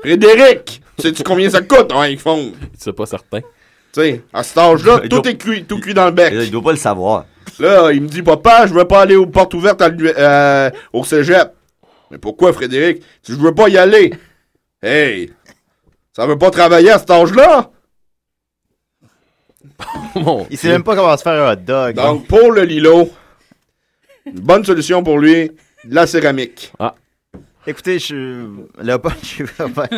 Speaker 8: Frédéric, sais-tu combien ça coûte un iPhone?
Speaker 4: C'est pas certain.
Speaker 8: Tu sais, à cet âge-là,
Speaker 6: Il
Speaker 8: tout
Speaker 6: doit-
Speaker 8: est cuit, tout cuit dans le bec.
Speaker 6: Il doit pas le savoir.
Speaker 8: Là, il me dit, papa, je veux pas aller aux portes ouvertes à l'U- euh, au cégep. Mais pourquoi, Frédéric? Si je veux pas y aller. Hey! Ça veut pas travailler à cet âge-là?
Speaker 4: Mon
Speaker 5: Il sait même pas comment se faire un hot dog.
Speaker 8: Donc, pour le Lilo, une bonne solution pour lui, de la céramique.
Speaker 5: Écoutez, je Là, pas- je suis vraiment-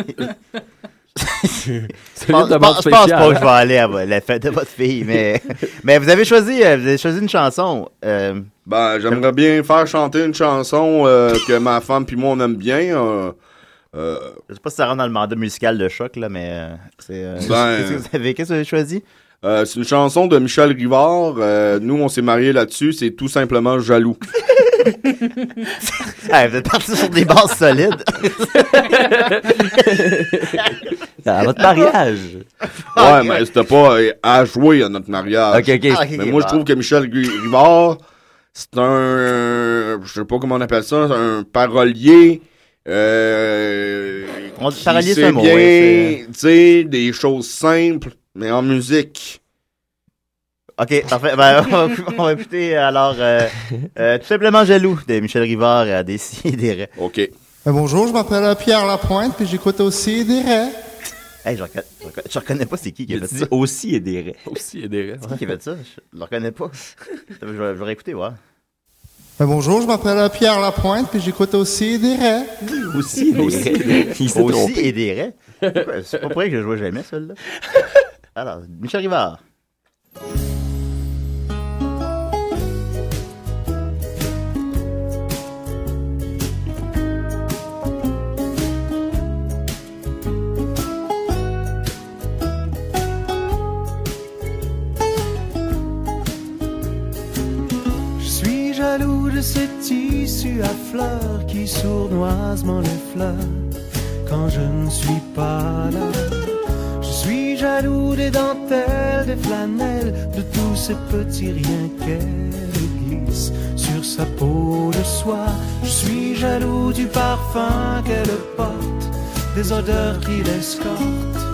Speaker 4: C'est
Speaker 5: Je
Speaker 4: une
Speaker 5: pense, je
Speaker 4: demande
Speaker 5: pense- je pense
Speaker 4: spéciale.
Speaker 5: pas que je vais aller à vo- la fête de votre fille, mais, mais vous avez choisi, euh, vous avez choisi une chanson. euh,
Speaker 8: Ben, j'aimerais bien faire chanter une chanson euh, que ma femme puis moi, on aime bien. euh, euh,
Speaker 5: je sais pas si ça rentre dans le mandat musical de choc, là, mais euh, c'est. euh,
Speaker 8: Ben,
Speaker 5: qu'est-ce que vous avez, qu'est-ce que vous avez choisi?
Speaker 8: euh, c'est une chanson de Michel Rivard. Euh, nous, on s'est mariés là-dessus. C'est tout simplement jaloux.
Speaker 5: Ah, vous êtes parti sur des bases solides.
Speaker 6: À votre mariage.
Speaker 8: Ouais, mais c'était pas euh, à jouer à notre mariage.
Speaker 6: Ok, ok.
Speaker 5: Ah, ok,
Speaker 8: Mais
Speaker 5: ok,
Speaker 8: Ben, moi, je
Speaker 5: bah.
Speaker 8: trouve que Michel Gu- Rivard, c'est un. Je sais pas comment on appelle ça, un parolier. Euh,
Speaker 5: On-
Speaker 8: qui
Speaker 5: parolier, c'est
Speaker 8: sait
Speaker 5: un mot,
Speaker 8: bien,
Speaker 5: oui,
Speaker 8: tu sais, des choses simples, mais en musique.
Speaker 5: Ok, parfait. Ben, on, va- on va écouter alors euh, euh, tout simplement jaloux de Michel Rivard euh, à Décideret.
Speaker 8: OK.
Speaker 13: bonjour, je m'appelle Pierre Lapointe, puis j'écoute aussi des raies.
Speaker 5: Hey, je reconna- je reconna- je reconnais pas c'est qui qui a
Speaker 6: Il
Speaker 5: fait
Speaker 6: dit
Speaker 5: ça.
Speaker 6: aussi, il y a des raies.
Speaker 4: Aussi, il y a des restes.
Speaker 5: C'est qui qui a fait ça? Je le reconnais pas. Je vais, je vais écouter, ouais.
Speaker 13: Bah, bonjour, je m'appelle Pierre Lapointe, puis j'écoute aussi des raies.
Speaker 6: Aussi, il y a des raies. Il s'est
Speaker 5: Aussi
Speaker 6: trompé.
Speaker 5: et des raies. Pourquoi- C'est pas pour rien que je jouais jamais, celle-là. Alors, Michel Rivard.
Speaker 2: Je suis jaloux de ce tissu à fleurs qui sournoisement l'effleure quand je ne suis pas là. Je suis jaloux des dentelles, des flanelles, de tous ces petits riens qu'elle glisse sur sa peau de soie. Je suis jaloux du parfum qu'elle porte, des odeurs qui l'escortent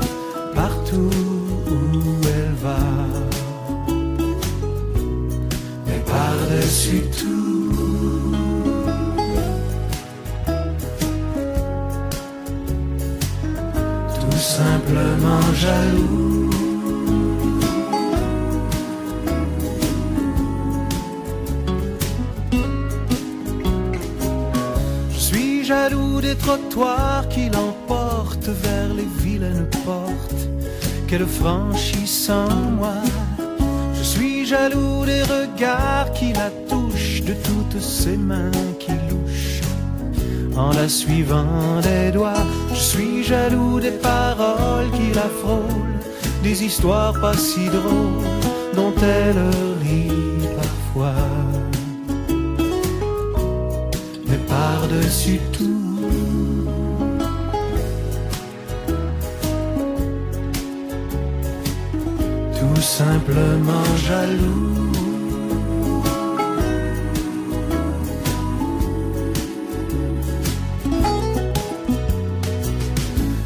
Speaker 2: partout où elle va. Mais par-dessus tout, tout simplement jaloux. jaloux des trottoirs qui l'emportent vers les vilaines portes qu'elle franchit sans moi. Je suis jaloux des regards qui la touchent, de toutes ses mains qui louchent en la suivant des doigts. Je suis jaloux des paroles qui la frôlent, des histoires pas si drôles dont elle rit parfois. Mais par-dessus tout, tout simplement jaloux.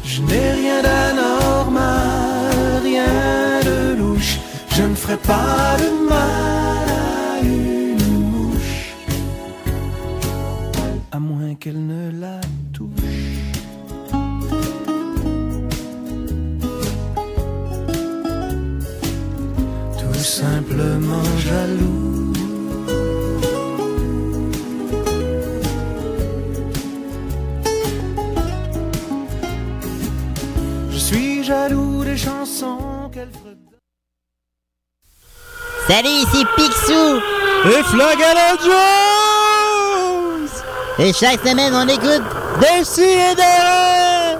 Speaker 2: Je n'ai rien d'anormal, rien de louche, je ne ferai pas de mal à une mouche à moins qu'elle ne la touche. Tout simplement jaloux. Je suis jaloux des chansons qu'elle
Speaker 14: Salut, ici Picsou et Flagala Jones. Et chaque semaine, on écoute Dessus et derrière.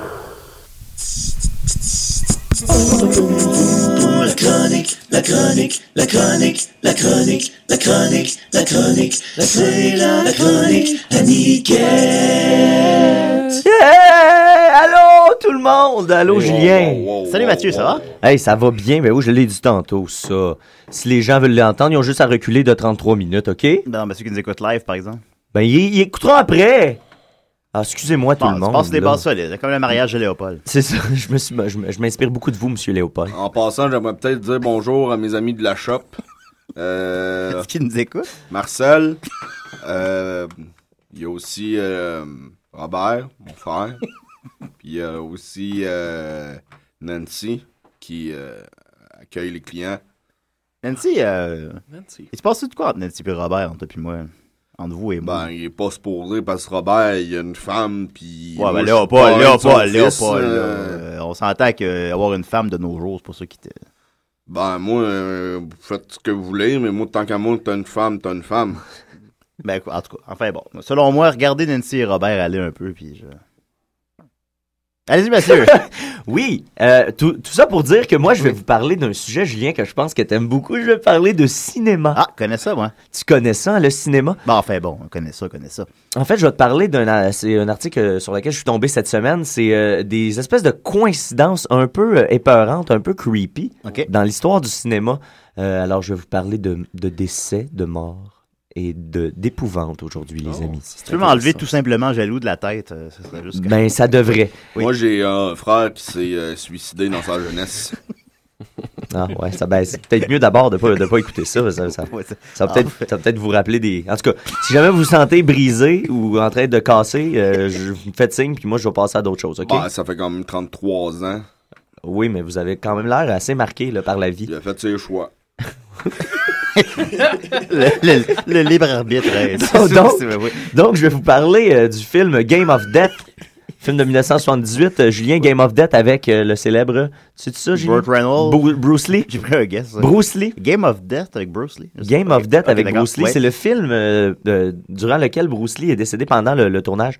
Speaker 10: La chronique, la chronique, la chronique, la chronique, la chronique, la chronique, c'est la chronique à
Speaker 6: Yeah! Allô tout le monde! Allô
Speaker 10: Wow,
Speaker 8: Oh,
Speaker 6: Julien!
Speaker 10: wow, wow, Salut, Mathieu, wow. ça va?
Speaker 6: Hey, ça va bien, ben oui, je l'ai dit tantôt, ça. Si les gens veulent l'entendre, ils ont juste à reculer de 33 minutes, OK?
Speaker 5: Non, mais ceux qui nous écoutent live, par exemple.
Speaker 6: Ben, ils, ils écouteront après! Ah, excusez-moi tout
Speaker 5: Bon,
Speaker 6: le
Speaker 5: tu
Speaker 6: monde.
Speaker 5: passes des
Speaker 6: là.
Speaker 5: bases solides, comme le mariage de Léopold.
Speaker 6: C'est ça, je me suis- je me- je m'inspire beaucoup de vous, monsieur Léopold.
Speaker 8: En passant, j'aimerais peut-être dire bonjour à mes amis de la shop. Euh,
Speaker 5: qui nous écoute?
Speaker 8: Marcel. Euh, Il y a aussi euh, Robert, mon frère. Puis il y a aussi euh, Nancy qui euh, accueille les clients.
Speaker 5: Nancy, euh...
Speaker 8: Nancy.
Speaker 5: Il se passe tout de quoi entre Nancy et Robert, entre toi et moi? Entre vous et moi?
Speaker 8: Ben, il est pas supposé parce que Robert, il a une femme, puis...
Speaker 5: ouais,
Speaker 8: moi,
Speaker 5: ben
Speaker 8: je suis pas
Speaker 5: Léopold,
Speaker 8: un de son
Speaker 5: Léopold,
Speaker 8: fils,
Speaker 5: Léopold. là,
Speaker 8: euh,
Speaker 5: euh, On s'entend qu'avoir une femme de nos jours, c'est pour ça qu'il te...
Speaker 8: Ben, moi, euh, vous faites ce que vous voulez, mais moi, tant qu'à moi, t'as une femme, t'as une femme.
Speaker 5: Ben, en tout cas, enfin bon. Selon moi, regardez Nancy et Robert aller un peu, puis je... Allez-y, monsieur!
Speaker 6: oui, euh, tout, tout ça pour dire que moi, je vais vous parler d'un sujet, Julien, que je pense que t'aimes beaucoup. Je vais parler de cinéma. Ah,
Speaker 5: connais ça, moi.
Speaker 6: Tu connais ça, hein, le cinéma?
Speaker 5: Ben, enfin bon, on connaît ça, on connaît ça.
Speaker 6: En fait, je vais te parler d'un a- c'est un article euh, sur lequel je suis tombé cette semaine. C'est euh, des espèces de coïncidences un peu euh, épeurantes, un peu creepy dans l'histoire du cinéma. Euh, alors, je vais vous parler de, de décès, de mort et de d'épouvante aujourd'hui, les amis.
Speaker 5: Si Oh. tu peux m'enlever tout simplement jaloux de la tête, euh, ce serait juste...
Speaker 6: Ben, ça devrait.
Speaker 8: Moi, j'ai un frère qui s'est euh, suicidé dans sa jeunesse.
Speaker 6: Ah ouais, ça ben, c'est peut-être mieux d'abord de ne pas, de pas écouter ça. Ça, ça- ça va
Speaker 5: Ah,
Speaker 6: peut-être ça va peut-être vous rappeler des... En tout cas, si jamais vous vous sentez brisé ou en train de casser, euh, je vous me faites signe, puis moi, je vais passer à d'autres choses, OK?
Speaker 8: Ben, ça fait quand même 33 ans.
Speaker 6: Oui, mais vous avez quand même l'air assez marqué là, par la vie.
Speaker 8: Il a fait ses choix.
Speaker 5: le, le- le libre arbitre. hein.
Speaker 6: Donc, donc- donc, je vais vous parler euh, du film Game of Death, film de 1978. euh, Julien, Game of Death avec euh, le célèbre. C'est ça, Julien?
Speaker 5: Burt Reynolds.
Speaker 6: Bru- Bruce Lee.
Speaker 5: J'ai pris un guess. ça.
Speaker 6: Bruce Lee.
Speaker 5: Game of Death avec Bruce Lee.
Speaker 6: Game of Death
Speaker 5: Ok,
Speaker 6: avec
Speaker 5: d'accord.
Speaker 6: Bruce Lee.
Speaker 5: Ouais.
Speaker 6: C'est le film euh, euh, durant lequel Bruce Lee est décédé pendant le, le tournage.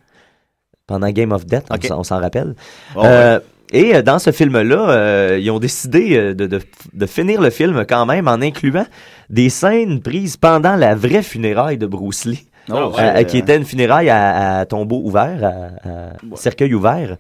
Speaker 6: Pendant Game of Death, on s'en- on s'en rappelle.
Speaker 5: Oh,
Speaker 6: Euh, Et euh, dans ce film-là, euh, ils ont décidé euh, de, de- de finir le film quand même en incluant des scènes prises pendant la vraie funéraille de Bruce Lee.
Speaker 5: Oh, ouais.
Speaker 6: Euh, qui était une funéraille à, à tombeau ouvert, à, à cercueil ouvert.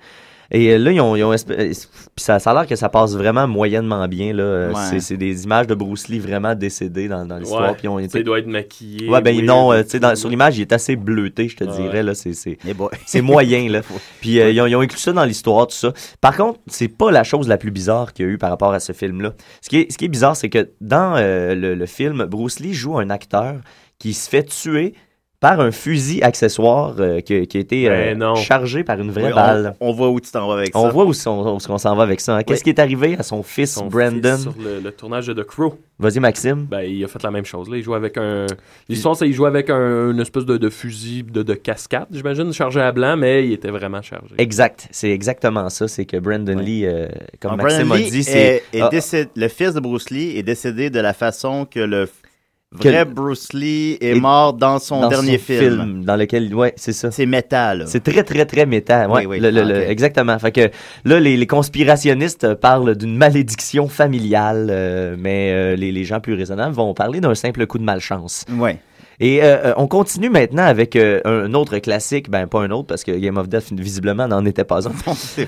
Speaker 6: Et euh, là, ils ont, ils ont esp- euh, puis ça, ça a l'air que ça passe vraiment moyennement bien. Là. Euh,
Speaker 4: Ouais.
Speaker 6: C'est- C'est des images de Bruce Lee vraiment décédé dans, dans l'histoire.
Speaker 4: Ouais.
Speaker 6: puis on
Speaker 4: Tu sais,
Speaker 6: était-
Speaker 4: il doit être maquillé,
Speaker 6: Ouais, ben
Speaker 4: weird.
Speaker 6: non, euh, tu sais, dans- sur l'image, il est assez bleuté, je te
Speaker 4: Ouais.
Speaker 6: dirais. là C'est c'est- c'est moyen. là. Puis euh, ils, ont, ils ont inclus ça dans l'histoire, tout ça. Par contre, c'est pas la chose la plus bizarre qu'il y a eu par rapport à ce film-là. Ce qui est, ce qui est bizarre, c'est que dans euh, le, le film, Bruce Lee joue un acteur qui se fait tuer par un fusil accessoire euh, qui, a- qui a été euh,
Speaker 5: Ben non.
Speaker 6: chargé par une vraie
Speaker 5: Oui, on-
Speaker 6: balle.
Speaker 5: On, voit où tu t'en vas avec
Speaker 6: On
Speaker 5: ça.
Speaker 6: voit où on, s'en va avec ça. hein. Qu'est-ce
Speaker 4: Oui.
Speaker 6: qui est arrivé à son fils,
Speaker 4: Son
Speaker 6: Brandon?
Speaker 4: fils Sur le, le tournage de The Crow.
Speaker 6: Vas-y, Maxime.
Speaker 4: Ben, il a fait la même chose. Là. Il jouait avec un. L'histoire, c'est qu'il jouait avec un, une espèce de, de fusil de, de cascade, j'imagine, chargé à blanc, mais il était vraiment chargé.
Speaker 6: Exact. C'est exactement ça. C'est que Brandon Lee, euh, comme
Speaker 5: Donc,
Speaker 6: Maxime
Speaker 5: Ah, Brandon
Speaker 6: a
Speaker 5: Lee
Speaker 6: dit, c'est.
Speaker 5: est- est
Speaker 6: Ah,
Speaker 5: décédé- le fils de Bruce Lee est décédé de la façon que le f- vrai
Speaker 6: Que-
Speaker 5: Bruce Lee est
Speaker 6: Et-
Speaker 5: mort dans son
Speaker 6: dans
Speaker 5: dernier
Speaker 6: son
Speaker 5: film.
Speaker 6: Dans lequel, ouais, c'est ça.
Speaker 5: C'est métal.
Speaker 6: C'est très, très, très métal. Ouais,
Speaker 5: Oui, oui.
Speaker 6: le- le-
Speaker 5: Ah,
Speaker 6: le-
Speaker 5: ok.
Speaker 6: Exactement. Fait que là, les, les conspirationnistes euh, parlent d'une malédiction familiale, euh, mais euh, les, les gens plus raisonnables vont parler d'un simple coup de malchance.
Speaker 5: Ouais.
Speaker 6: Et euh, euh, on continue maintenant avec euh, un autre classique, ben pas un autre parce que Game of Death visiblement n'en était pas un.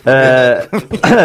Speaker 6: Euh,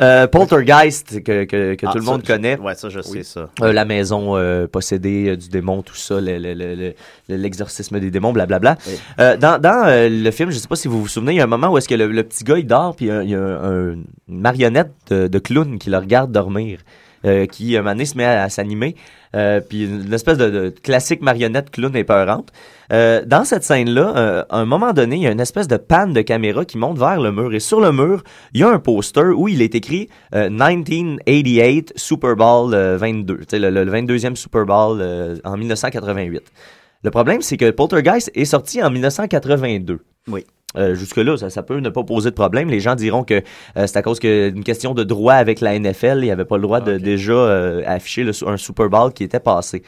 Speaker 6: euh, Poltergeist que, que- que
Speaker 5: Ah,
Speaker 6: tout le
Speaker 5: ça,
Speaker 6: monde
Speaker 5: je-
Speaker 6: connaît.
Speaker 5: ouais, ça, je sais ça.
Speaker 6: Euh, la maison euh, possédée euh, du démon, tout ça, le- le- le- le- le- l'exorcisme des démons, blablabla.
Speaker 5: Oui.
Speaker 6: Euh, dans dans, euh, le film, je sais pas si vous vous souvenez, il y a un moment où est-ce que le, le petit gars il dort, puis il y a, il y a un- une marionnette de, de clown qui le regarde dormir. euh, qui, un moment donné, se met à, à s'animer. euh, puis une espèce de, de classique marionnette clown épeurante. Euh, dans cette scène-là, euh, à un moment donné, il y a une espèce de panne de caméra qui monte vers le mur. Et sur le mur, il y a un poster où il est écrit euh, 1988 Super Bowl euh, 22. Tu sais, le, le- le 22e Super Bowl euh, en 1988. Le problème, c'est que Poltergeist est sorti en 1982.
Speaker 5: Oui.
Speaker 6: Euh, Jusque-là, ça, ça peut ne pas poser de problème. Les gens diront que euh, c'est à cause que- d'une question de droit avec la NFL. Il n'y avait pas le droit de déjà euh, afficher le- un Super Bowl qui était passé.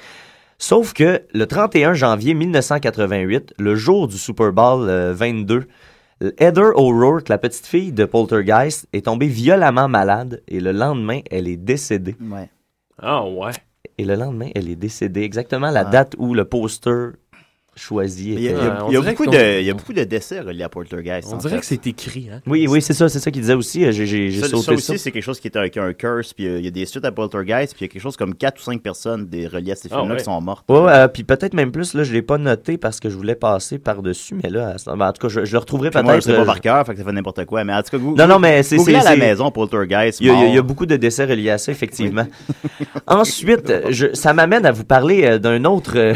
Speaker 6: Sauf que le 31 janvier 1988, le jour du Super Bowl euh, 22, Heather O'Rourke, la petite fille de Poltergeist, est tombée violemment malade et le lendemain, elle est décédée.
Speaker 5: Ouais.
Speaker 4: Ah ouais.
Speaker 6: Et le lendemain, elle est décédée. Exactement la
Speaker 5: Ah.
Speaker 6: date où le poster choisi
Speaker 5: Il y a, il y a- il y a beaucoup, de, il y a beaucoup de décès reliés à Poltergeist.
Speaker 6: On
Speaker 5: en
Speaker 6: dirait
Speaker 5: fait.
Speaker 6: que
Speaker 4: c'est écrit. Hein?
Speaker 6: Oui, oui, c'est ça, c'est ça qu'il disait aussi. Euh, J'ai, j'ai- j'ai
Speaker 5: Ça,
Speaker 6: sauté
Speaker 5: ça
Speaker 6: ça.
Speaker 5: aussi, c'est quelque chose qui est un, qui a un curse. Puis euh, il y a des suites à Poltergeist. Puis il y a quelque chose comme 4 ou 5 personnes des, reliées à ces
Speaker 6: Ah,
Speaker 5: films-là
Speaker 6: ouais.
Speaker 5: qui sont mortes.
Speaker 6: Ouais, ouais, euh, puis peut-être même plus, là, je l'ai pas noté parce que je voulais passer par-dessus, mais là, à ce- ben, en tout cas, je, je le retrouverai
Speaker 5: Puis
Speaker 6: peut-être.
Speaker 5: moi, je sais pas
Speaker 6: euh,
Speaker 5: par cœur, fait que ça fait n'importe quoi. Mais en tout cas, vous,
Speaker 6: Non, non, mais c'est.
Speaker 5: vous
Speaker 6: c'est
Speaker 5: venez à la
Speaker 6: c'est-
Speaker 5: maison, Poltergeist.
Speaker 6: Il y, a, il y a- il y a
Speaker 5: mort.
Speaker 6: beaucoup de décès reliés à ça, effectivement. Ensuite, euh, je- ça m'amène à vous parler euh, d'un autre, euh,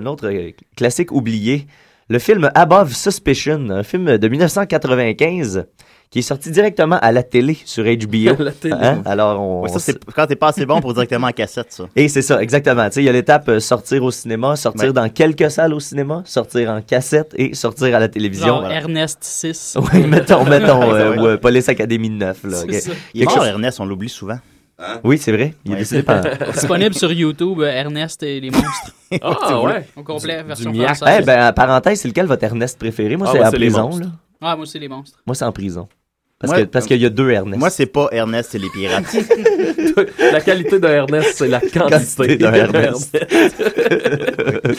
Speaker 6: un autre euh, classique oublié, le film Above Suspicion, un film de 1995 qui est sorti directement à la télé sur HBO.
Speaker 5: À la télé.
Speaker 6: Hein? Alors, on,
Speaker 5: Ouais, ça,
Speaker 6: on
Speaker 5: c'est
Speaker 6: s-
Speaker 5: quand t'es pas assez bon pour directement en cassette, ça.
Speaker 6: et c'est ça, exactement. Tu sais, il y a l'étape euh, sortir au cinéma, sortir
Speaker 5: Ouais.
Speaker 6: dans quelques salles au cinéma, sortir en cassette et sortir à la télévision.
Speaker 7: Genre
Speaker 6: Voilà.
Speaker 7: Ernest 6.
Speaker 6: Oui, mettons, mettons, euh,
Speaker 5: Ouais.
Speaker 6: ou, euh, Police Academy 9. Là,
Speaker 7: C'est
Speaker 6: ok.
Speaker 7: ça.
Speaker 5: Il est
Speaker 6: Quelque
Speaker 5: mort,
Speaker 6: chose-
Speaker 5: Ernest, on l'oublie souvent.
Speaker 6: Oui, c'est vrai. Il est décédé par-
Speaker 7: Disponible sur YouTube, euh, Ernest et les monstres.
Speaker 4: Ah, ouais.
Speaker 7: Au complet,
Speaker 4: Du-
Speaker 7: version
Speaker 4: du miac.
Speaker 6: Eh
Speaker 7: française.
Speaker 6: ben, en parenthèse, c'est lequel votre Ernest préféré? Moi,
Speaker 5: Ah,
Speaker 6: c'est
Speaker 5: moi,
Speaker 6: à
Speaker 5: c'est les
Speaker 6: prison.
Speaker 5: monstres.
Speaker 6: là.
Speaker 7: Ah, moi, c'est les monstres.
Speaker 6: Moi, c'est en prison. Parce
Speaker 5: Moi-
Speaker 6: que- parce qu'il y a deux Ernest.
Speaker 5: Moi, c'est pas Ernest, c'est les pirates.
Speaker 4: La qualité d'un Ernest, c'est la quantité,
Speaker 6: Quantité d'un Ernest.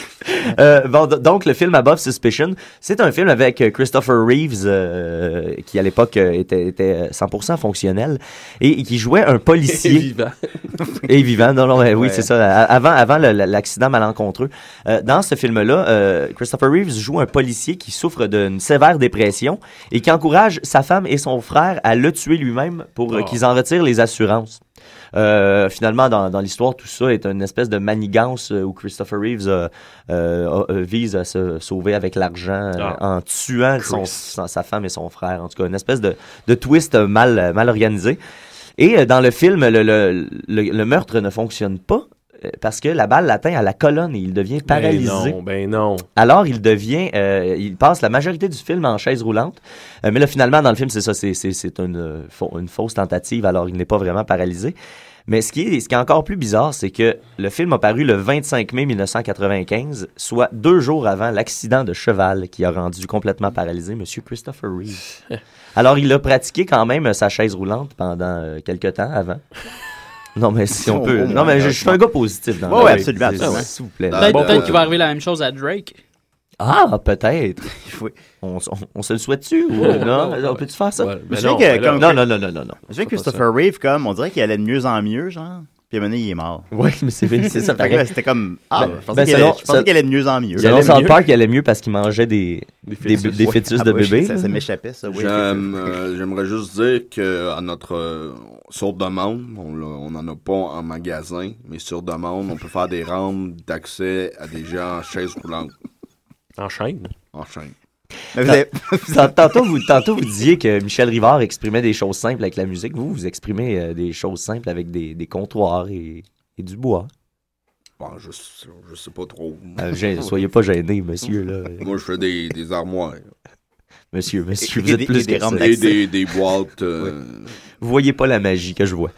Speaker 6: Euh, bon, do- donc, le film Above Suspicion, c'est un film avec euh, Christopher Reeves, euh, qui à l'époque euh, était, était, euh, 100% fonctionnel, et, et qui jouait un policier.
Speaker 4: Et vivant.
Speaker 6: et vivant, non, non, mais oui,
Speaker 4: Ouais.
Speaker 6: c'est ça. A- Avant, avant le- le- l'accident malencontreux. Euh, dans ce film-là, euh, Christopher Reeves joue un policier qui souffre d'une sévère dépression et qui encourage sa femme et son frère à le tuer lui-même pour euh,
Speaker 5: Oh.
Speaker 6: qu'ils en retirent les assurances. Euh, finalement, dans, dans l'histoire, tout ça est une espèce de manigance euh, où Christopher Reeves euh, euh, a- euh, vise à se sauver avec l'argent euh,
Speaker 5: Ah.
Speaker 6: en tuant son-
Speaker 5: Chris.
Speaker 6: sa, sa femme et son frère. En tout cas, une espèce de, de twist euh, mal, euh, mal organisé. Et euh, dans le film, le, le- le- le meurtre ne fonctionne pas euh, parce que la balle l'atteint à la colonne et il devient paralysé.
Speaker 4: non, ben non.
Speaker 6: Alors, il devient, euh, il passe la majorité du film en chaise roulante. Euh, mais là, finalement, dans le film, c'est ça, c'est, c'est, c'est une, euh, fa- une fausse tentative, alors il n'est pas vraiment paralysé. Mais ce qui, est, ce qui est encore plus bizarre, c'est que le film a paru le 25 mai 1995, soit deux jours avant l'accident de cheval qui a rendu complètement paralysé M. Christopher Reeve. Alors, il a pratiqué quand même euh, sa chaise roulante pendant euh, quelques temps avant. Non, mais si on
Speaker 5: Au-
Speaker 6: peut.
Speaker 5: au
Speaker 6: Non,
Speaker 5: moins,
Speaker 6: mais je,
Speaker 5: là,
Speaker 6: je suis un gars positif dans
Speaker 5: Ouais,
Speaker 6: la
Speaker 5: ouais,
Speaker 6: vie.
Speaker 5: absolument,
Speaker 6: C'est-
Speaker 5: absolument.
Speaker 6: S'il vous plaît.
Speaker 7: Peut-être peut-être qu'il va arriver la même chose à Drake.
Speaker 6: Ah, peut-être. On, s- on- on se le souhaite-tu ou euh,
Speaker 5: Oh,
Speaker 6: non?
Speaker 5: oh,
Speaker 6: on peut-tu faire ça?
Speaker 5: Je
Speaker 4: ben
Speaker 5: me souviens que, comme-
Speaker 6: non, non, non, non, non, non.
Speaker 5: Je me souviens que Christopher Reeve, comme, on dirait qu'il allait de mieux en mieux, genre. Puis à un moment donné, il est mort.
Speaker 6: Oui, mais c'est c'est ça,
Speaker 5: Fait que
Speaker 6: pareil.
Speaker 5: là, C'était comme. Ah,
Speaker 6: Ben,
Speaker 5: je pensais
Speaker 6: ben,
Speaker 5: qu'il
Speaker 6: selon-
Speaker 5: allait, je pensais
Speaker 6: selon-
Speaker 5: qu'il allait de mieux en mieux.
Speaker 6: Selon South Park, il allait mieux parce qu'il mangeait des, des, bu- des fœtus
Speaker 5: Ah,
Speaker 6: de
Speaker 5: bah, je-
Speaker 6: bébé.
Speaker 5: ça-
Speaker 6: là.
Speaker 5: ça m'échappait, ça, oui.
Speaker 8: J'aime, euh, J'aimerais juste dire que à notre euh, sur demande, on l'a- on n'en a pas en magasin, mais sur demande, on peut faire des rampes d'accès à des gens en chaise roulante.
Speaker 4: En chaîne.
Speaker 8: En chaîne.
Speaker 6: Tant- tantôt, vous, tantôt, vous disiez que Michel Rivard exprimait des choses simples avec la musique. Vous, vous exprimez euh, des choses simples avec des, des comptoirs et, et du bois.
Speaker 8: Bon, je, sais- je sais pas trop.
Speaker 6: Euh, gê- soyez pas gêné, monsieur. Là.
Speaker 8: Moi, je fais des, des armoires.
Speaker 6: Monsieur, monsieur,
Speaker 8: Et
Speaker 6: vous êtes
Speaker 8: des-
Speaker 6: plus
Speaker 8: et des
Speaker 6: que ça.
Speaker 8: rames d'accès. Et des- des boîtes. euh,
Speaker 6: Oui. Vous voyez pas la magie que je vois.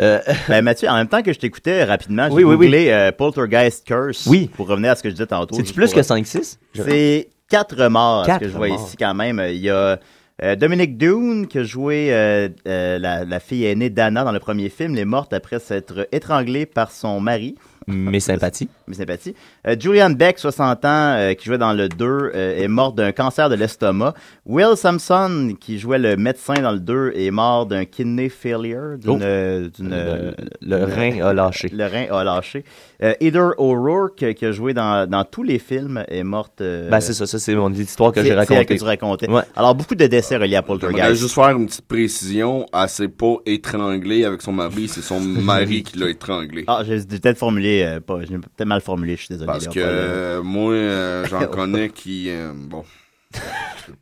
Speaker 6: Euh,
Speaker 5: Ben, Mathieu, en même temps que je t'écoutais rapidement, j'ai
Speaker 6: Oui, oui, oui.
Speaker 5: googlé euh, Poltergeist Curse
Speaker 6: Oui.
Speaker 5: pour revenir à ce que je disais tantôt.
Speaker 6: C'est-tu
Speaker 5: juste
Speaker 6: plus
Speaker 5: pour-
Speaker 6: que 5-6? Je-
Speaker 5: C'est 4 morts, ce
Speaker 6: Quatre
Speaker 5: que je vois
Speaker 6: morts.
Speaker 5: ici quand même. Il y a euh, Dominic Dune qui a joué euh, euh, la, la fille aînée d'Anna dans le premier film. Elle est morte après s'être étranglée par son mari.
Speaker 6: Mes sympathies.
Speaker 5: Mes sympathies. Euh, Julian Beck, 60 ans, euh, qui jouait dans le 2, euh, est mort d'un cancer de l'estomac. Will Sampson, qui jouait le médecin dans le 2, est mort d'un kidney failure. d'une-
Speaker 6: Oh.
Speaker 5: euh, d'une-
Speaker 6: Le- le rein a lâché.
Speaker 5: Le rein a lâché. Euh, Heather O'Rourke, euh, qui a joué dans, dans tous les films, est morte. euh,
Speaker 6: Ben, c'est ça, ça, c'est mon histoire que j'ai
Speaker 5: c'est- c'est elle
Speaker 6: racontée.
Speaker 5: que tu racontais.
Speaker 6: Ouais.
Speaker 5: Alors, beaucoup de décès reliés à
Speaker 8: Je voudrais
Speaker 5: Poltergeist.
Speaker 8: juste faire une petite précision. Elle s'est pas étranglée avec son mari, c'est son mari qui l'a étranglée.
Speaker 5: Ah, j'ai j'ai peut-être formulé, euh, pas, j'ai peut-être mal formulé, je suis désolé.
Speaker 8: Parce que
Speaker 5: Léopold.
Speaker 8: euh, moi, euh, j'en connais qui. euh, bon.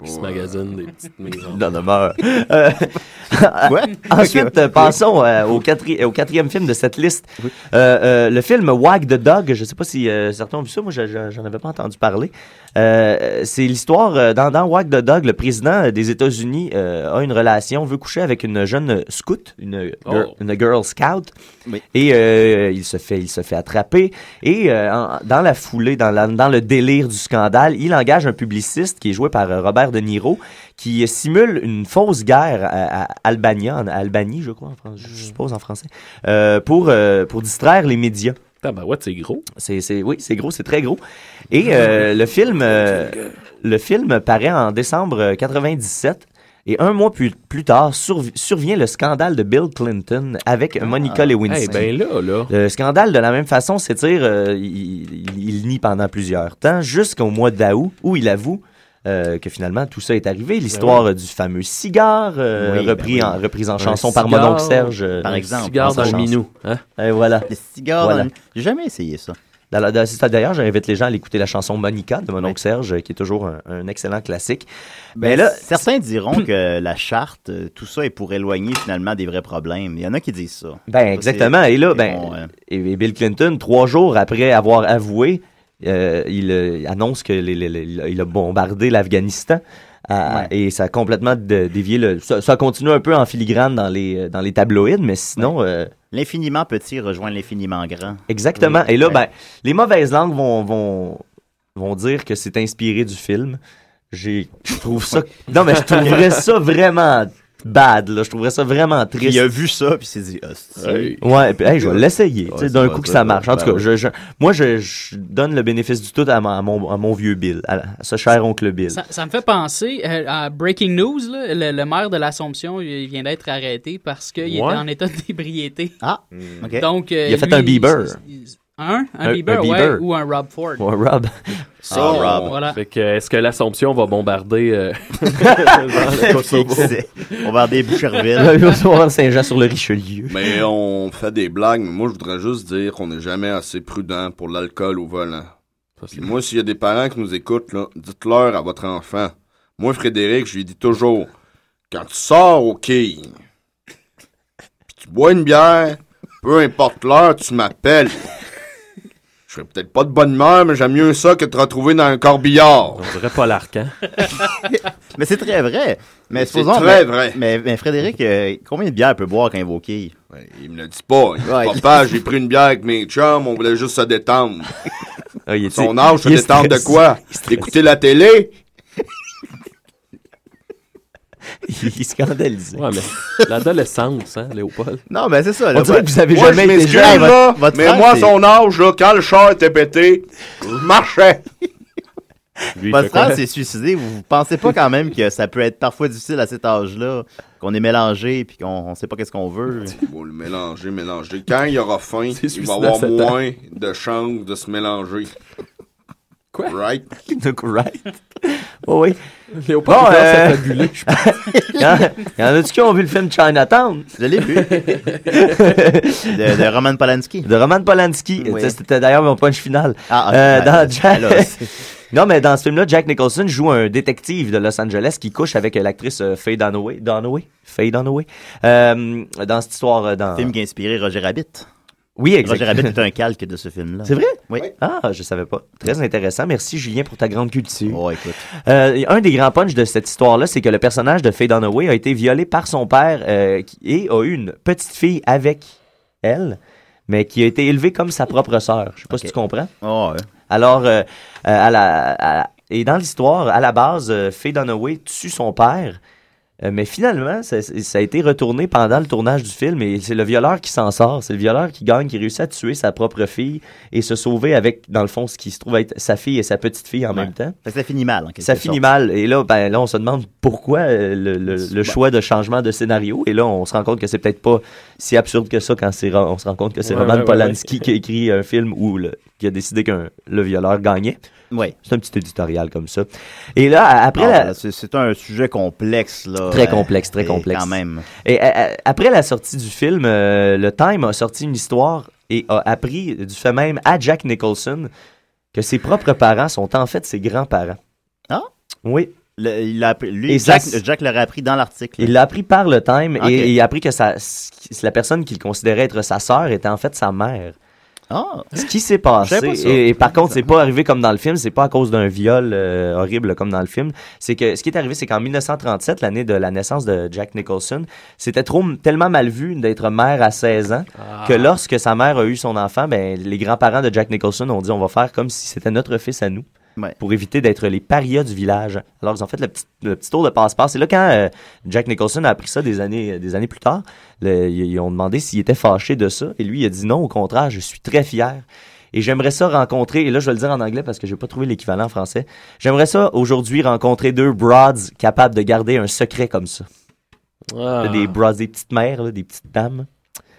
Speaker 8: Qui
Speaker 4: se magasinent des petites maisons.
Speaker 6: Dans demeure. Euh, Ensuite, euh, passons euh, au, quatri- au quatrième film de cette liste. Euh, euh, le film Wag the Dog, je ne sais pas si euh, certains ont vu ça, moi je- je- j'en avais pas entendu parler. Euh, c'est l'histoire, euh, dans, dans Wag the Dog, le président euh, des États-Unis euh, a une relation, veut coucher avec une jeune scout, une, gir-
Speaker 4: Oh.
Speaker 6: une girl scout, et euh, il, se fait, il se fait attraper. Et euh, en- dans la foulée, dans, la- dans le délire du scandale, il engage un publiciste qui est joué par euh, Robert De Niro, qui simule une fausse guerre à, à Albania, en Albanie, je crois, en France, je suppose en français, euh, pour, euh, pour distraire les médias.
Speaker 4: Tabarouette, c'est gros.
Speaker 6: C'est, c'est- oui, c'est gros, c'est très gros. Et euh, le film, euh, le film paraît en décembre euh, 97. Et un mois plus, plus tard, survi- survient le scandale de Bill Clinton avec
Speaker 5: Ah.
Speaker 6: Monica Lewinsky.
Speaker 4: Eh ben là, là.
Speaker 6: Le scandale, de la même façon, s'étire, euh, il, il- il nie pendant plusieurs temps, jusqu'au mois d'août, où il avoue euh, que finalement tout ça est arrivé. L'histoire
Speaker 4: Ben oui.
Speaker 6: euh, du fameux cigare, euh,
Speaker 5: Oui,
Speaker 6: repris
Speaker 5: ben oui.
Speaker 6: en, reprise en
Speaker 5: Un
Speaker 6: chanson par
Speaker 5: cigare,
Speaker 6: Mononcle Serge. euh,
Speaker 5: par
Speaker 6: un
Speaker 5: exemple, dans
Speaker 6: en
Speaker 5: le
Speaker 6: chanson.
Speaker 5: minou,
Speaker 4: hein?
Speaker 6: Et voilà.
Speaker 5: Le cigare dans le- J'ai jamais essayé ça.
Speaker 6: D'ailleurs, d'ailleurs, c'est ça. D'ailleurs, j'invite les gens à aller écouter la chanson Monica de Mononcle Serge, euh, qui est toujours un, un excellent classique.
Speaker 5: Ben,
Speaker 6: Mais là,
Speaker 5: certains diront que la charte, euh, tout ça est pour éloigner finalement des vrais problèmes. Il y en a qui disent ça.
Speaker 6: Ben, exactement. Et là, ben,
Speaker 5: euh,
Speaker 6: et, et Bill Clinton, trois jours après avoir avoué, euh, il euh, annonce qu'il a bombardé l'Afghanistan. à- Et ça a complètement dé- dévié le. Ça, ça continue un peu en filigrane dans les, euh, dans les tabloïds, mais sinon. euh,
Speaker 5: L'infiniment petit rejoint l'infiniment grand.
Speaker 6: Exactement. Et là,
Speaker 5: Ouais.
Speaker 6: ben, les mauvaises langues vont, vont, vont dire que c'est inspiré du film. J'ai, je trouve ça. Non, mais je trouverais ça vraiment bad. Là. Je trouverais ça vraiment triste.
Speaker 5: Il a vu ça, puis il s'est dit, Ah, c'est-
Speaker 6: Ouais, et puis, hey, je vais l'essayer. tu sais,
Speaker 5: Ouais,
Speaker 6: D'un
Speaker 5: c'est
Speaker 6: coup
Speaker 5: pas
Speaker 6: que ça marche. En tout
Speaker 5: Ben
Speaker 6: cas,
Speaker 5: oui.
Speaker 6: je, je- moi, je, je donne le bénéfice du tout à mon, à mon, à mon vieux Bill, à, à ce cher oncle Bill.
Speaker 7: Ça, ça me fait penser euh, à Breaking News, là, le, le maire de l'Assomption, il vient d'être arrêté parce qu'il était
Speaker 6: Ouais.
Speaker 7: en état d'ébriété.
Speaker 5: Ah,
Speaker 6: ok.
Speaker 7: Donc, euh,
Speaker 6: Il a fait
Speaker 7: lui,
Speaker 6: un Bieber.
Speaker 7: il- il- un, un,
Speaker 6: Un-
Speaker 7: Bieber,
Speaker 6: un
Speaker 7: ouais,
Speaker 6: Bieber.
Speaker 7: ou un Rob Ford.
Speaker 6: Ou un Rob.
Speaker 7: Ça,
Speaker 4: Ah,
Speaker 7: on-
Speaker 4: Rob.
Speaker 7: Voilà.
Speaker 4: Fait que, euh, est-ce que l'Assomption va bombarder. euh, genre le Kosovo?
Speaker 5: C'est- On va des
Speaker 6: Là,
Speaker 5: Boucherville.
Speaker 6: on va voir Saint-Jean sur le Richelieu.
Speaker 8: Mais on fait des blagues, mais moi, je voudrais juste dire qu'on n'est jamais assez prudent pour l'alcool au volant. Puis moi, s'il y a des parents qui nous écoutent, là, dites-leur à votre enfant. Moi, Frédéric, je lui dis toujours, quand tu sors au quai, puis tu bois une bière, peu importe l'heure, tu m'appelles. Je serais peut-être pas de bonne humeur, mais j'aime mieux ça que de te retrouver dans un corbillard.
Speaker 4: On dirait pas l'arcan.
Speaker 5: mais c'est très vrai. Mais
Speaker 8: Mais c'est
Speaker 5: supposons- mais-
Speaker 8: très vrai.
Speaker 5: Mais, mais Frédéric, euh, combien de bières peut boire quand il va au quai?
Speaker 8: il me le dit pas. Il dit, Papa, j'ai pris une bière avec mes chums, on voulait juste se détendre.
Speaker 5: Ah,
Speaker 8: Son âge, se
Speaker 6: il est
Speaker 8: détendre de
Speaker 6: stressé.
Speaker 8: quoi? Écouter la télé?
Speaker 6: Il est scandalisé.
Speaker 4: Ouais, mais l'adolescence, hein, Léopold.
Speaker 5: Non, mais c'est ça.
Speaker 6: On dirait que vous avez
Speaker 8: Moi,
Speaker 6: jamais
Speaker 8: je
Speaker 6: été
Speaker 8: m'excuse,
Speaker 6: jeune.
Speaker 8: là,
Speaker 6: Votre- votre
Speaker 8: mais
Speaker 6: frère,
Speaker 8: moi, à
Speaker 6: c'est-
Speaker 8: son âge, là, quand le char était pété, je marchais.
Speaker 5: Votre frère s'est suicidé. Vous, vous pensez pas quand même que ça peut être parfois difficile à cet âge-là, qu'on est mélangé puis qu'on on sait pas qu'est-ce qu'on veut?
Speaker 8: Bon, le mélanger, mélanger. Quand il aura faim, il
Speaker 5: suicidé
Speaker 8: va
Speaker 5: à
Speaker 8: avoir
Speaker 5: sept ans.
Speaker 8: moins de chances de se mélanger. Quoi? Right?
Speaker 6: Donc, right. Oh oui.
Speaker 4: Léopold, il commence à fabuler, je
Speaker 6: euh, Il y en- il y en a-tu qui ont vu le film Chinatown?
Speaker 5: Je l'ai vu. de, de Roman Polanski.
Speaker 6: De Roman Polanski.
Speaker 5: Oui.
Speaker 6: Ça, C'était d'ailleurs mon punch final.
Speaker 5: Ah, ah,
Speaker 6: Euh,
Speaker 5: ah,
Speaker 6: dans
Speaker 5: ah,
Speaker 6: Jack-
Speaker 5: là, c'est-
Speaker 6: Non, mais dans ce film-là, Jack Nicholson joue un détective de Los Angeles qui couche avec euh, l'actrice euh, Faye Dunaway. Dunaway? Faye Dunaway. Euh, dans cette histoire... euh, Dans...
Speaker 5: Film qui a inspiré Roger Rabbit.
Speaker 6: Oui, exact.
Speaker 5: Roger Rabbit est un calque de ce film-là.
Speaker 6: C'est vrai?
Speaker 5: Oui.
Speaker 6: Ah, je savais pas. Très intéressant. Merci, Julien, pour ta grande culture. Oh, écoute. un des grands punchs de cette histoire-là, c'est que le personnage de Faye Dunaway a été violé par son père euh, qui- et a eu une petite fille avec elle, mais qui a été élevée comme sa propre sœur. Je sais pas si tu comprends.
Speaker 5: Oh,
Speaker 6: Alors, euh, euh, à la- à la- et dans l'histoire, à la base, euh, Faye Dunaway tue son père. Euh, mais finalement, ça, ça a été retourné pendant le tournage du film et c'est le violeur qui s'en sort. C'est le violeur qui gagne, qui réussit à tuer sa propre fille et se sauver avec, dans le fond, ce qui se trouve être sa fille et sa petite fille en même temps.
Speaker 5: Fait que ça finit mal, en quelque
Speaker 6: Ça finit
Speaker 5: sorte.
Speaker 6: mal. Et là, ben, là, on se demande pourquoi euh, le, le- le choix de changement de scénario. Et là, on se rend compte que c'est peut-être pas si absurde que ça quand c'est, Ro- on se rend compte que c'est
Speaker 5: Ouais,
Speaker 6: Roman
Speaker 5: ouais, ouais,
Speaker 6: Polanski
Speaker 5: ouais.
Speaker 6: qui a écrit un film où le- qui a décidé qu'un le violeur gagnait.
Speaker 5: Oui.
Speaker 6: C'est un petit éditorial comme ça. Et là, a- après
Speaker 5: Non,
Speaker 6: la-
Speaker 5: là, c'est- C'est un sujet complexe, là.
Speaker 6: Très
Speaker 5: Euh,
Speaker 6: complexe, très
Speaker 5: et
Speaker 6: complexe.
Speaker 5: Quand même.
Speaker 6: Et à- à- après la sortie du film, euh, le Time a sorti une histoire et a appris du fait même à Jack Nicholson que ses propres parents sont en fait ses grands-parents.
Speaker 5: Ah?
Speaker 6: Oui.
Speaker 5: il l'a appris, lui,
Speaker 6: Et ça
Speaker 5: Jack,
Speaker 6: s-
Speaker 5: Jack l'aurait appris dans l'article.
Speaker 6: Il l'a appris par le Time
Speaker 5: Ok.
Speaker 6: et il a appris que sa- ce qui- la personne qu'il considérait être sa sœur était en fait sa mère.
Speaker 5: Ah,
Speaker 6: Ce qui s'est
Speaker 5: Je
Speaker 6: passé,
Speaker 5: savais pas ça.
Speaker 6: et, et par contre, c'est pas arrivé comme dans le film, c'est pas à cause d'un viol euh, horrible comme dans le film. C'est que ce qui est arrivé, c'est qu'en 1937, l'année de la naissance de Jack Nicholson, c'était trop tellement mal vu d'être mère à 16 ans
Speaker 5: Ah.
Speaker 6: que lorsque sa mère a eu son enfant, ben, les grands-parents de Jack Nicholson ont dit on va faire comme si c'était notre fils à nous.
Speaker 5: Ouais.
Speaker 6: Pour éviter d'être les parias du village. Alors, ils ont fait le petit, le petit tour de passe-passe. C'est là quand euh, Jack Nicholson a appris ça des années, euh, des années plus tard. le- ils, ils ont demandé s'il était fâché de ça. Et lui, il a dit non, au contraire, je suis très fier. Et j'aimerais ça rencontrer, et là je vais le dire en anglais parce que j'ai pas trouvé l'équivalent en français. J'aimerais ça aujourd'hui rencontrer deux broads capables de garder un secret comme ça.
Speaker 4: Ah.
Speaker 6: Des broads, des petites mères, là, des petites dames.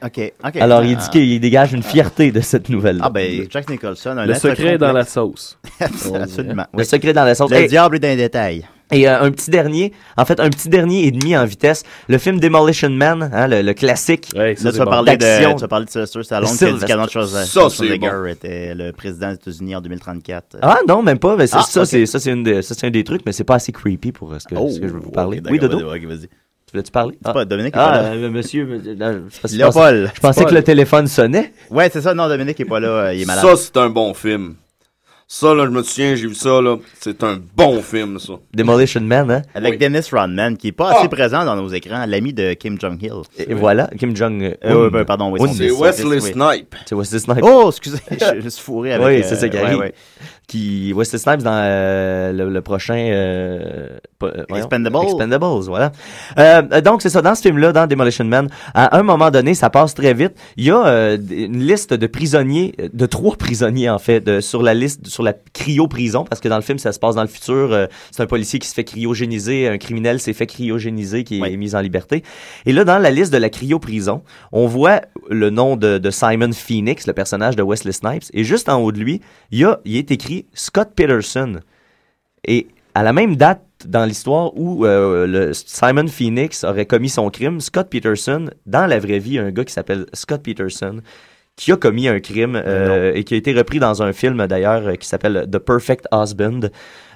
Speaker 5: OK, OK.
Speaker 6: Alors il dit
Speaker 5: Ah.
Speaker 6: qu'il dégage une fierté de cette nouvelle.
Speaker 5: Ah, ben, Jack Nicholson, un
Speaker 6: Le
Speaker 5: être
Speaker 6: secret est dans
Speaker 5: complexe.
Speaker 6: la sauce.
Speaker 5: Absolument.
Speaker 6: Le secret dans la sauce.
Speaker 5: Le
Speaker 6: Hey.
Speaker 5: diable est dans les détails.
Speaker 6: Et euh, un petit dernier, en fait, un petit dernier et demi en vitesse, le film Demolition Man, hein, le, le classique.
Speaker 5: Là, tu as, parlé de, tu as parlé de Sylvester Stallone qui a dit
Speaker 6: Sylvester-
Speaker 5: qu'Arnold Schwarzenegger
Speaker 6: Ça, c'est
Speaker 5: Schwarzenegger était le président des États-Unis en 2034.
Speaker 6: Ah non, même pas. Mais c'est-
Speaker 5: Ah,
Speaker 6: ça,
Speaker 5: ok.
Speaker 6: c'est, ça, c'est une des- ça, c'est un des trucs, mais c'est pas assez creepy pour euh, ce que,
Speaker 5: Oh,
Speaker 6: ce que je veux vous
Speaker 5: ok,
Speaker 6: parler.
Speaker 5: d'accord,
Speaker 6: oui, Dodo?
Speaker 5: vas-y, vas-y, vas-y.
Speaker 6: Tu voulais-tu parler?
Speaker 5: C'est pas Dominique qui est
Speaker 6: ah,
Speaker 5: pas là.
Speaker 6: euh, monsieur, euh, là, je pensais-
Speaker 5: Léopold.
Speaker 6: Je pensais que le téléphone sonnait.
Speaker 5: Ouais, c'est ça. Non, Dominique est pas là. euh, Il est malade.
Speaker 8: Ça, c'est un bon film. Ça, là, je me souviens, j'ai vu ça, là. C'est un bon film, ça.
Speaker 6: Demolition Man, hein?
Speaker 5: Avec
Speaker 6: Oui. Ah!
Speaker 5: Dennis Rodman, qui est pas assez présent dans nos écrans, l'ami de Kim Jong-il.
Speaker 6: Et voilà, Kim Jong.
Speaker 5: Euh, ouais, ouais, pardon, oui, son-
Speaker 8: C'est Wesley Snipe.
Speaker 6: C'est Wesley Snipes.
Speaker 5: Oh, excusez, je je suis fourré avec.
Speaker 6: oui, c'est ça
Speaker 5: euh,
Speaker 6: qui
Speaker 5: ouais,
Speaker 6: arrive.
Speaker 5: ouais.
Speaker 6: Qui, Wesley Snipes dans euh, le, le prochain... euh, pas- euh, voyons.
Speaker 5: Expendables.
Speaker 6: Expendables, voilà. Euh, euh, donc, c'est ça, dans ce film-là, dans Demolition Man, à un moment donné, ça passe très vite. Il y a euh, d- une liste de prisonniers, euh, de trois prisonniers, en fait, de- sur la liste, sur la cryo-prison, parce que dans le film, ça se passe dans le futur. euh, c'est un policier qui se fait cryogéniser, un criminel s'est fait cryogéniser, qui est mis en liberté. Et là, dans la liste de la cryo-prison, on voit le nom de, de Simon Phoenix, le personnage de Wesley Snipes, et juste en haut de lui, il, y a, il est écrit Scott Peterson. Et à la même date dans l'histoire où euh, le Simon Phoenix aurait commis son crime, Scott Peterson, dans la vraie vie, un gars qui s'appelle Scott Peterson, qui a commis un crime euh, et qui a été repris dans un film d'ailleurs euh, qui s'appelle The Perfect Husband.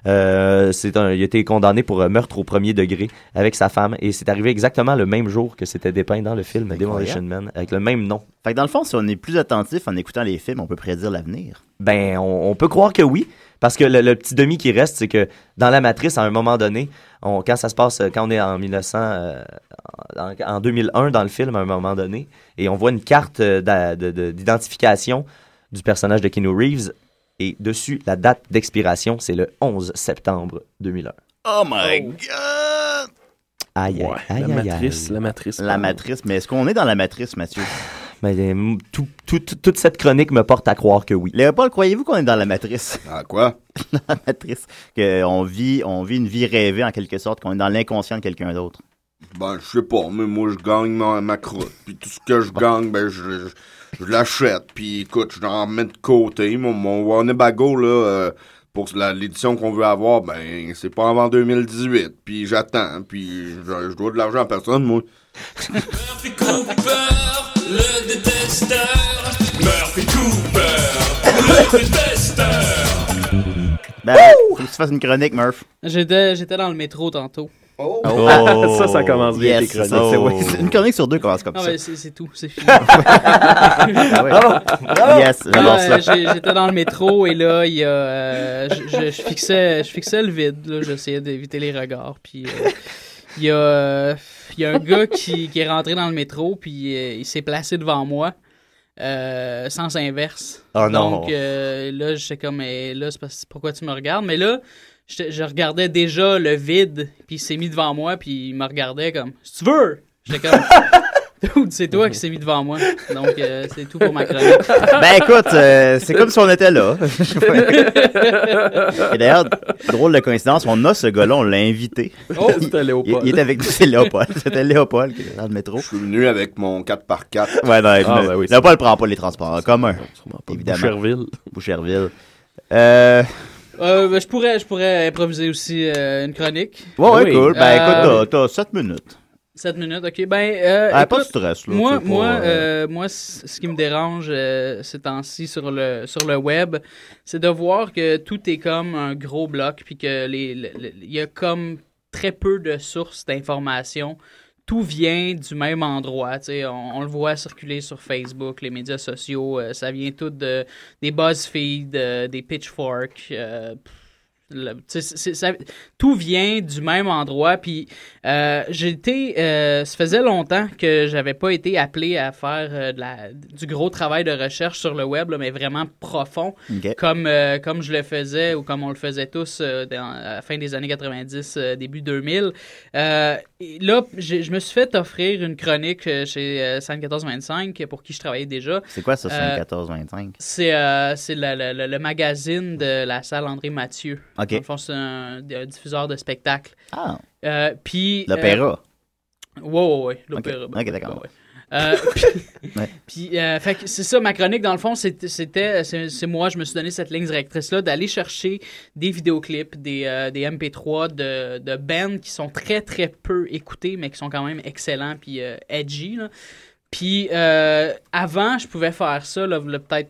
Speaker 6: Euh, c'est un, il a été condamné pour euh, meurtre au premier degré avec sa femme et c'est arrivé exactement le même jour que c'était dépeint dans le film Demolition Man avec le même nom.
Speaker 5: Fait que dans le fond, si on est plus attentif en écoutant les films, on peut prédire l'avenir.
Speaker 6: Ben, on, on peut croire que oui, parce que le, le petit demi qui reste, c'est que dans la matrice, à un moment donné, on- quand ça se passe, euh, quand on est en 1900, euh, en, en 2001 dans le film, à un moment donné, et on voit une carte euh, d'a- de- de- d'identification du personnage de Keanu Reeves, et dessus, la date d'expiration, c'est le 11 septembre 2001.
Speaker 5: Oh my god!
Speaker 6: Aïe, aïe, aïe, aïe, aïe.
Speaker 5: la matrice. La matrice, mais est-ce qu'on est dans la matrice, Mathieu?
Speaker 6: Mais, euh, tout- tout- tout- toute cette chronique me porte à croire que oui.
Speaker 5: Léopold, croyez-vous qu'on est dans la matrice?
Speaker 8: Ah quoi?
Speaker 5: dans la matrice. Qu'on vit, on vit une vie rêvée en quelque sorte, qu'on est dans l'inconscient de quelqu'un d'autre.
Speaker 8: Ben, je sais pas, mais moi, je gagne ma, ma croûte. Puis tout ce que je gagne, ben, je, je- je l'achète. Puis écoute, je l'en mets de côté. Mon, mon Winnebago, là, euh, pour la- l'édition qu'on veut avoir, ben, c'est pas avant 2018. Puis j'attends. Puis je, je dois de l'argent à personne, moi.
Speaker 10: Cooper, le détesteur. Murphy Cooper, le détesteur.
Speaker 5: Ben,
Speaker 10: Wouh!
Speaker 5: que tu fasses une chronique, Murph. Ah.
Speaker 7: J'étais, j'étais dans le métro tantôt. Oh!
Speaker 4: ça, ça commence bien,
Speaker 5: Yes,
Speaker 4: tes
Speaker 5: ça, c'est-
Speaker 4: chroniques.
Speaker 5: oui, c'est- Une chronique sur deux commence comme
Speaker 7: Ah
Speaker 5: ça.
Speaker 7: ouais, c'est, c'est tout, c'est fini.
Speaker 5: Ah ouais. Bravo, bravo. Yes, j'adore ça.
Speaker 7: Ah, j'ai- j'étais dans le métro et là, il y a, euh, je, je- je fixais, je fixais le vide. là, j'essayais d'éviter les regards. Puis euh, il y a, euh, il y a un gars qui, qui est rentré dans le métro puis euh, il s'est placé devant moi. euh, sens inverse.
Speaker 6: Oh non.
Speaker 7: Donc euh, là, j'étais comme, mais là, c'est parce- pourquoi tu me regardes? Mais là, j'étais- je regardais déjà le vide, puis il s'est mis devant moi, puis il me regardait comme, si tu veux! J'étais comme, Dude, c'est toi qui s'est mis devant moi. Donc, euh, c'est tout pour ma chronique.
Speaker 5: Ben écoute, euh, c'est comme si on était là. Et d'ailleurs, drôle de coïncidence, on a ce gars-là, on l'a invité.
Speaker 4: Oh, c'était Léopold.
Speaker 5: Il, il est avec nous, c'est Léopold. C'était Léopold qui est dans le métro. Je suis venu avec mon 4x4. Ouais, non,
Speaker 4: Ah,
Speaker 5: le-
Speaker 4: ben oui, c'est-
Speaker 5: Léopold prend pas les transports en commun. Évidemment.
Speaker 4: Boucherville.
Speaker 5: Boucherville. Euh,
Speaker 7: Euh, ben, je, pourrais, je pourrais improviser aussi euh, une chronique.
Speaker 5: ouais, ouais, cool. Ben
Speaker 7: Euh,
Speaker 5: écoute, t'as- t'as 7 minutes.
Speaker 7: 7 minutes, ok. Ben, euh,
Speaker 5: Ah, pas de
Speaker 7: écoute,
Speaker 5: stress, là,
Speaker 7: Moi,
Speaker 5: c'est pas,
Speaker 7: moi,
Speaker 5: euh,
Speaker 7: euh, moi c- ce qui me dérange euh, ces temps-ci sur le, sur le web, c'est de voir que tout est comme un gros bloc, puis que les- le- le- il y a comme très peu de sources d'informations. Tout vient du même endroit. tu sais. On, on le voit circuler sur Facebook, les médias sociaux. euh, ça vient tout de, des BuzzFeed, euh, des Pitchfork. euh, pff, le- tu sais, c'est- c'est- ça- tout vient du même endroit. Puis euh, j'ai été, euh, ça faisait longtemps que j'avais pas été appelé à faire euh, de la- du gros travail de recherche sur le web, là, mais vraiment profond,
Speaker 5: Ok.
Speaker 7: comme euh, comme je le faisais ou comme on le faisait tous euh, dans- à la fin des années 90, euh, début 2000. Euh, et là, j'ai- je me suis fait offrir une chronique euh, chez euh, 7425 pour qui je travaillais déjà.
Speaker 5: C'est quoi ça,
Speaker 7: Euh,
Speaker 5: 74-25?
Speaker 7: c'est euh, c'est la- la- la- le magazine de la salle André Mathieu.
Speaker 5: Ok.
Speaker 7: Dans le fond, c'est un, un diffuseur de spectacle.
Speaker 5: Ah.
Speaker 7: Euh, puis.
Speaker 5: L'opéra.
Speaker 7: euh, ouais, ouais, ouais, L'opéra.
Speaker 5: Ok,
Speaker 7: ben,
Speaker 5: Ok, d'accord.
Speaker 7: euh, puis,
Speaker 5: Ouais.
Speaker 7: puis, euh, fait que c'est ça, ma chronique, dans le fond, c'était, c'était- c'est, c'est moi, je me suis donné cette ligne directrice-là, d'aller chercher des vidéoclips, des, euh, des MP3 de, de bands qui sont très, très peu écoutés, mais qui sont quand même excellents, puis euh, edgy. là. Puis euh, avant, je pouvais faire ça, là, v'là peut-être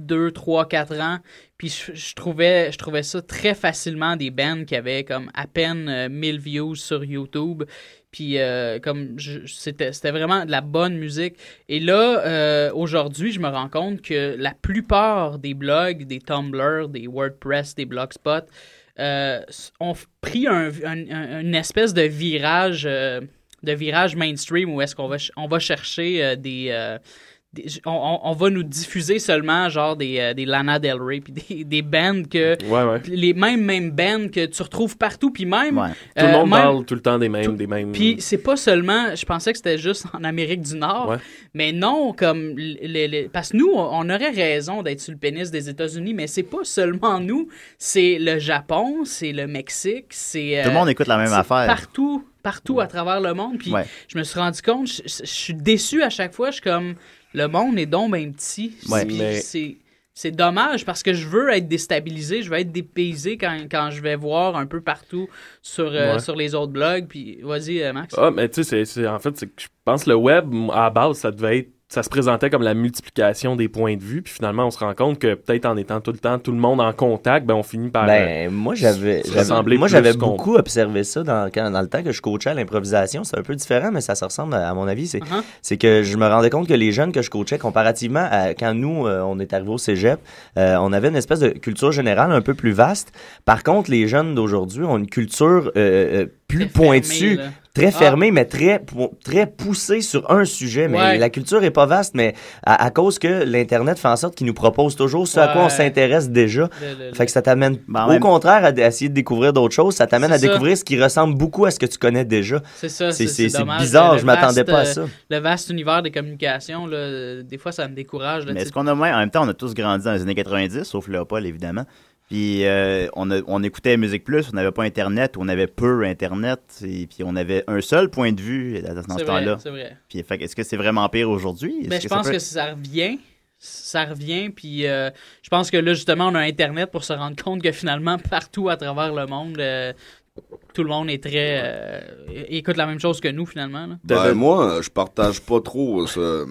Speaker 7: 2, 3, 4 ans. Puis je, je trouvais, je trouvais ça très facilement des bands qui avaient comme à peine euh, 1000 views sur YouTube. Puis euh, comme je- c'était, c'était vraiment de la bonne musique. Et là, euh, aujourd'hui, je me rends compte que la plupart des blogs, des Tumblr, des WordPress, des Blogspot euh, s- ont f- pris un- un- un- une espèce de virage, euh, de virage mainstream où est-ce qu'on va, ch- on va chercher euh, des... euh, des- j- on- on, on va nous diffuser seulement genre des, euh, des Lana Del Rey puis des, des bands que les mêmes mêmes bands que tu retrouves partout puis même
Speaker 4: Ouais. Tout le
Speaker 7: euh,
Speaker 4: monde
Speaker 7: même-
Speaker 4: parle tout le temps des mêmes, des mêmes.
Speaker 7: puis c'est pas seulement, je pensais que c'était juste en Amérique du Nord,
Speaker 4: Ouais.
Speaker 7: mais non, comme l- les- les- parce que nous, on aurait raison d'être sur le pénis des États-Unis, mais c'est pas seulement nous, c'est le Japon, c'est le Mexique, c'est
Speaker 5: Tout le monde écoute la même
Speaker 7: euh, c'est
Speaker 5: affaire.
Speaker 7: Partout, partout à travers le monde. Puis
Speaker 5: Ouais.
Speaker 7: je me suis rendu compte, je, je- je suis déçu à chaque fois. Je suis comme le monde est donc bien petit.
Speaker 5: Ouais.
Speaker 7: Puis
Speaker 5: Mais-
Speaker 7: c'est c'est dommage parce que je veux être déstabilisé, je veux être dépaysé quand, quand je vais voir un peu partout sur, euh,
Speaker 4: Ouais.
Speaker 7: sur les autres blogs. Puis vas-y, euh, Max.
Speaker 4: Ah, mais tu sais, c'est- c'est- en fait, c'est que je pense que le web, m- à la base, ça devait être. Ça se présentait comme la multiplication des points de vue, puis finalement, on se rend compte que peut-être en étant tout le temps tout le monde en contact, ben on finit par.
Speaker 6: Ben,
Speaker 4: euh,
Speaker 6: moi, j'avais,
Speaker 4: se
Speaker 6: j'avais-
Speaker 4: ressembler
Speaker 6: moi,
Speaker 4: plus
Speaker 6: j'avais
Speaker 4: qu'on-
Speaker 6: beaucoup observé ça dans, quand- dans le temps que je coachais à l'improvisation. C'est un peu différent, mais ça se ressemble à, à mon avis. C'est,
Speaker 7: Uh-huh.
Speaker 6: c'est que je me rendais compte que les jeunes que je coachais, comparativement à quand nous, euh, on est arrivé au cégep, euh, on avait une espèce de culture générale un peu plus vaste. Par contre, les jeunes d'aujourd'hui ont une culture euh, euh, plus pointue.
Speaker 7: là.
Speaker 6: Très
Speaker 7: Ah.
Speaker 6: fermée, mais très, pou- très poussée sur un sujet. Mais
Speaker 7: Ouais.
Speaker 6: la culture est pas vaste, mais à, à cause que l'Internet fait en sorte qu'il nous propose toujours ce à quoi
Speaker 7: Ouais.
Speaker 6: on s'intéresse déjà.
Speaker 7: Le- le-
Speaker 6: Fait que ça t'amène au
Speaker 7: même-
Speaker 6: contraire à, d- à essayer de découvrir d'autres choses. Ça t'amène
Speaker 7: C'est
Speaker 6: à
Speaker 7: ça.
Speaker 6: découvrir ce qui ressemble beaucoup à ce que tu connais déjà.
Speaker 7: C'est ça,
Speaker 6: C'est-
Speaker 7: c'est
Speaker 6: c'est-
Speaker 7: c'est
Speaker 6: c'est
Speaker 7: dommage.
Speaker 6: bizarre,
Speaker 7: Le
Speaker 6: je m'attendais
Speaker 7: vaste,
Speaker 6: pas à ça.
Speaker 7: euh, Le vaste univers des communications, là, euh, des fois, ça me décourage. là,
Speaker 5: Mais
Speaker 7: tu
Speaker 5: est-ce qu'on a moins. En même temps, on a tous grandi dans les années 90, sauf Léopold, évidemment. Puis euh, on, a- on écoutait Musique Plus, on n'avait pas Internet, on avait peu Internet, et puis on avait un seul point de vue dans dans
Speaker 7: C'est
Speaker 5: ce
Speaker 7: vrai,
Speaker 5: temps-là.
Speaker 7: c'est vrai.
Speaker 5: Puis fait que est-ce que c'est vraiment pire aujourd'hui? Est-ce
Speaker 7: Ben, je pense
Speaker 5: ça peut-
Speaker 7: que ça revient. Ça revient, puis euh, je pense que là, justement, on a Internet pour se rendre compte que finalement, partout à travers le monde, euh, tout le monde est très. euh, écoute la même chose que nous, finalement. là.
Speaker 8: Ben, moi, je partage pas trop ce,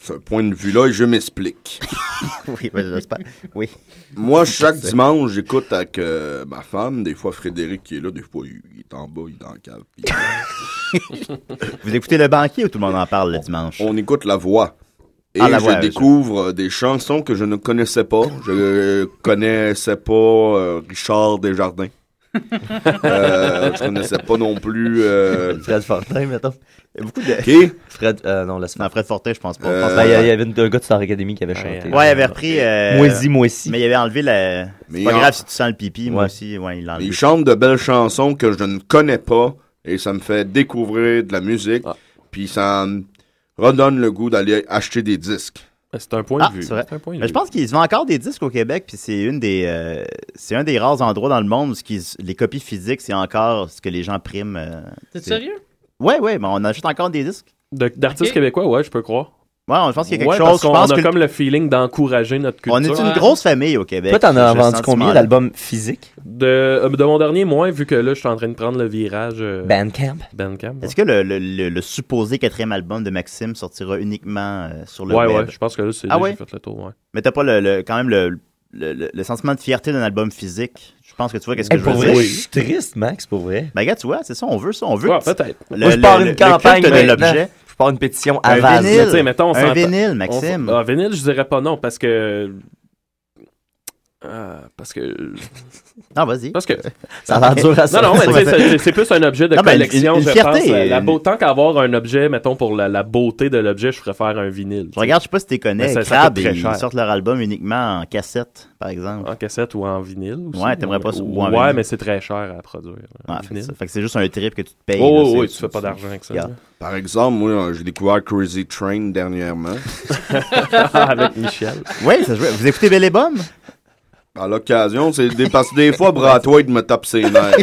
Speaker 8: ce point de vue-là et je m'explique.
Speaker 5: oui, ben, j'espère. Oui.
Speaker 8: Moi, chaque dimanche, j'écoute avec euh, ma femme, des fois Frédéric qui est là, des fois il, il est en bas, il est dans le cave.
Speaker 5: Vous écoutez le banquier ou tout le monde en parle le dimanche?
Speaker 8: On écoute la voix. Et
Speaker 5: Ah, la
Speaker 8: je
Speaker 5: voix,
Speaker 8: découvre euh, des chansons que je ne connaissais pas. Je euh, connaissais pas euh, Richard Desjardins. euh, je connaissais pas non plus. euh,
Speaker 6: Fred Fortin, mettons.
Speaker 5: Beaucoup de.
Speaker 8: Qui
Speaker 6: Fred. euh, non, laisse
Speaker 5: Non, Fred Fortin, je pense pas.
Speaker 6: Euh,
Speaker 5: Je pense
Speaker 6: Ben,
Speaker 5: pas.
Speaker 6: il y a- il y avait une- un gars de Star Academy qui avait chanté.
Speaker 5: Ouais, il avait repris. Euh...
Speaker 6: Moisi, moisi.
Speaker 5: Mais il avait enlevé la. C'est
Speaker 8: Mais
Speaker 5: pas
Speaker 8: en-
Speaker 5: grave si tu sens le pipi, moi aussi. Ouais, il l'a enlevé.
Speaker 8: Il chante de belles chansons que je ne connais pas et ça me fait découvrir de la musique.
Speaker 5: Ah.
Speaker 8: Puis ça me redonne le goût d'aller acheter des disques.
Speaker 4: euh, C'est un point
Speaker 5: Ah, c'est vrai. Mais je pense qu'ils vendent encore des disques au Québec, puis c'est une des, euh, c'est un des rares endroits dans le monde où ce qu'ils- les copies physiques, c'est encore ce que les gens priment. euh,
Speaker 7: T'es sérieux?
Speaker 5: Ouais, ouais, mais on achète encore des disques.
Speaker 4: D'artistes
Speaker 5: Ok.
Speaker 4: québécois, ouais, je peux croire.
Speaker 5: Ouais, je pense qu'il y a quelque
Speaker 4: Ouais,
Speaker 5: chose.
Speaker 4: parce
Speaker 5: Je
Speaker 4: qu'on
Speaker 5: pense
Speaker 4: a
Speaker 5: que
Speaker 4: comme le feeling d'encourager notre culture.
Speaker 5: on est une grosse famille au Québec.
Speaker 6: Toi, t'en as
Speaker 5: j'ai
Speaker 6: vendu
Speaker 5: ce
Speaker 6: combien
Speaker 5: sentiment-là.
Speaker 6: d'albums physiques
Speaker 4: De, euh, de mon dernier, moins, vu que là, je suis en train de prendre le virage. euh,
Speaker 6: Bandcamp.
Speaker 4: Bandcamp. ouais.
Speaker 5: Ben, Est-ce que le, le- le- le supposé quatrième album de Maxime sortira uniquement euh, sur le
Speaker 4: Ouais, ouais,
Speaker 5: web?
Speaker 4: je pense que là, c'est-
Speaker 5: ah,
Speaker 4: j'ai
Speaker 5: ouais?
Speaker 4: fait le tour, ouais.
Speaker 5: Mais t'as pas le, le- quand même le, le- le- le sentiment de fierté d'un album physique? Je pense que tu vois qu'est-ce que
Speaker 6: Eh,
Speaker 5: je
Speaker 6: pour
Speaker 5: veux
Speaker 6: vrai,
Speaker 5: dire.
Speaker 6: je suis triste, Max, pour vrai.
Speaker 5: Ben, gars, tu vois, c'est ça, on veut ça, on veut.
Speaker 4: Ouais,
Speaker 5: que tu-
Speaker 4: peut-être.
Speaker 5: le-
Speaker 6: Moi, je pars
Speaker 5: le-
Speaker 6: une
Speaker 5: le
Speaker 6: campagne
Speaker 5: culte de
Speaker 6: maintenant.
Speaker 5: l'objet.
Speaker 6: Je pars une pétition
Speaker 5: Un
Speaker 6: à Vase.
Speaker 5: vinyle.
Speaker 4: Mais tu sais, mettons, on
Speaker 5: Un
Speaker 4: s'entend-
Speaker 5: vinyle,
Speaker 4: on-
Speaker 5: Maxime.
Speaker 4: Ah, vinyle, je dirais pas non, parce que. Ah, parce que.
Speaker 5: Non, vas-y.
Speaker 4: Parce que.
Speaker 5: Ah, Ça a l'air dur à
Speaker 4: Non, non, mais tu sais,
Speaker 5: sortir.
Speaker 4: c'est- c'est- c'est plus un objet de
Speaker 5: Non, ben, une-
Speaker 4: collection,
Speaker 5: une
Speaker 4: je
Speaker 5: fierté,
Speaker 4: pense. La, la
Speaker 5: une-
Speaker 4: beau- tant qu'avoir un objet, mettons, pour la, la beauté de l'objet, je préfère un vinyle. tu
Speaker 5: Je
Speaker 4: sais.
Speaker 5: regarde, je sais pas si tu
Speaker 4: Mais
Speaker 5: connais,
Speaker 4: ça- ça
Speaker 5: Crab,
Speaker 4: coûte très
Speaker 5: ils
Speaker 4: cher.
Speaker 5: sortent leur album uniquement en cassette, par exemple.
Speaker 4: En cassette ou en vinyle aussi.
Speaker 5: Ouais, t'aimerais pas ça.
Speaker 4: Ou- Ouais, mais c'est très cher à produire. un Ah, vinyle.
Speaker 5: Fait que Ah, c'est juste un trip que tu te payes.
Speaker 4: Oh,
Speaker 5: là,
Speaker 4: oui,
Speaker 5: c'est-
Speaker 4: oui, tu fais pas d'argent avec ça.
Speaker 5: Regarde.
Speaker 8: Par exemple, moi, euh, j'ai découvert Crazy Train dernièrement.
Speaker 4: Avec Michel.
Speaker 5: Oui, ça se voit. Vous écoutez Belle et Bomme?
Speaker 8: À l'occasion, c'est des, parce que des fois, Brathwaite me tape ses nerfs.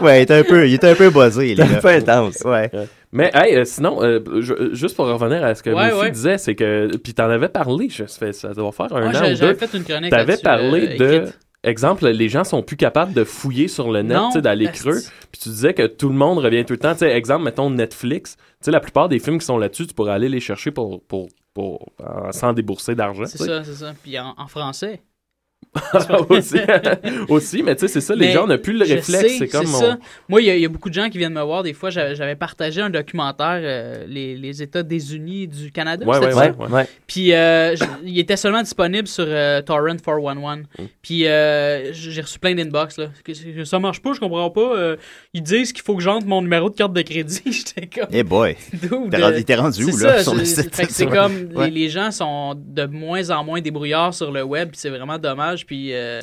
Speaker 5: ouais, il était un peu, il était un peu buzzé, là.
Speaker 6: intense.
Speaker 5: Ouais.
Speaker 4: Mais hey, euh, sinon, euh, je- euh, juste pour revenir à ce que
Speaker 7: Ouais,
Speaker 4: Murphy
Speaker 7: ouais.
Speaker 4: disait, c'est que. Puis t'en avais parlé, je, ça, fait- ça doit faire un
Speaker 7: Ouais,
Speaker 4: an
Speaker 7: j'ai-
Speaker 4: ou
Speaker 7: j'avais
Speaker 4: deux.
Speaker 7: fait une chronique
Speaker 4: T'avais
Speaker 7: là-dessus,
Speaker 4: parlé
Speaker 7: euh,
Speaker 4: de. Exemple, les gens sont plus capables de fouiller sur le net,
Speaker 7: Non, ben,
Speaker 4: tu sais, d'aller
Speaker 7: asti.
Speaker 4: creux. Puis tu disais que tout le monde revient tout le temps. Tu sais, exemple, mettons Netflix. Tu sais, la plupart des films qui sont là-dessus, tu pourrais aller les chercher pour, pour, pour, euh, sans débourser d'argent.
Speaker 7: C'est
Speaker 4: tu sais.
Speaker 7: ça, c'est ça. Puis en, en français.
Speaker 4: aussi, aussi, mais tu sais, c'est ça, les
Speaker 7: Mais
Speaker 4: gens n'ont plus le
Speaker 7: je
Speaker 4: réflexe.
Speaker 7: sais,
Speaker 4: C'est comme. on-
Speaker 7: ça. Moi, il y, a- il y a beaucoup de gens qui viennent me voir. Des fois, j'avais j'avais partagé un documentaire, euh, les, les États des Unis du Canada.
Speaker 4: Ouais,
Speaker 7: c'était
Speaker 4: ouais,
Speaker 7: ça?
Speaker 4: ouais, ouais. Ouais.
Speaker 7: Puis euh, je- il était seulement disponible sur euh, Torrent 411.
Speaker 5: Hmm.
Speaker 7: Puis euh, j- j'ai reçu plein d'inbox. là. Que- que Ça marche pas, je comprends pas. euh, ils disent qu'il faut que j'entre mon numéro de carte de crédit. J'étais comme.
Speaker 5: Eh boy.
Speaker 7: Dude,
Speaker 5: T'es rendu- il t'est rendu où,
Speaker 7: c'est
Speaker 5: là,
Speaker 7: ça,
Speaker 5: sur le
Speaker 7: c'est-
Speaker 5: site?
Speaker 7: fait que C'est
Speaker 5: Ouais.
Speaker 7: comme les-
Speaker 5: Ouais.
Speaker 7: les, gens sont de moins en moins débrouillards sur le web, puis c'est vraiment dommage. Puis euh,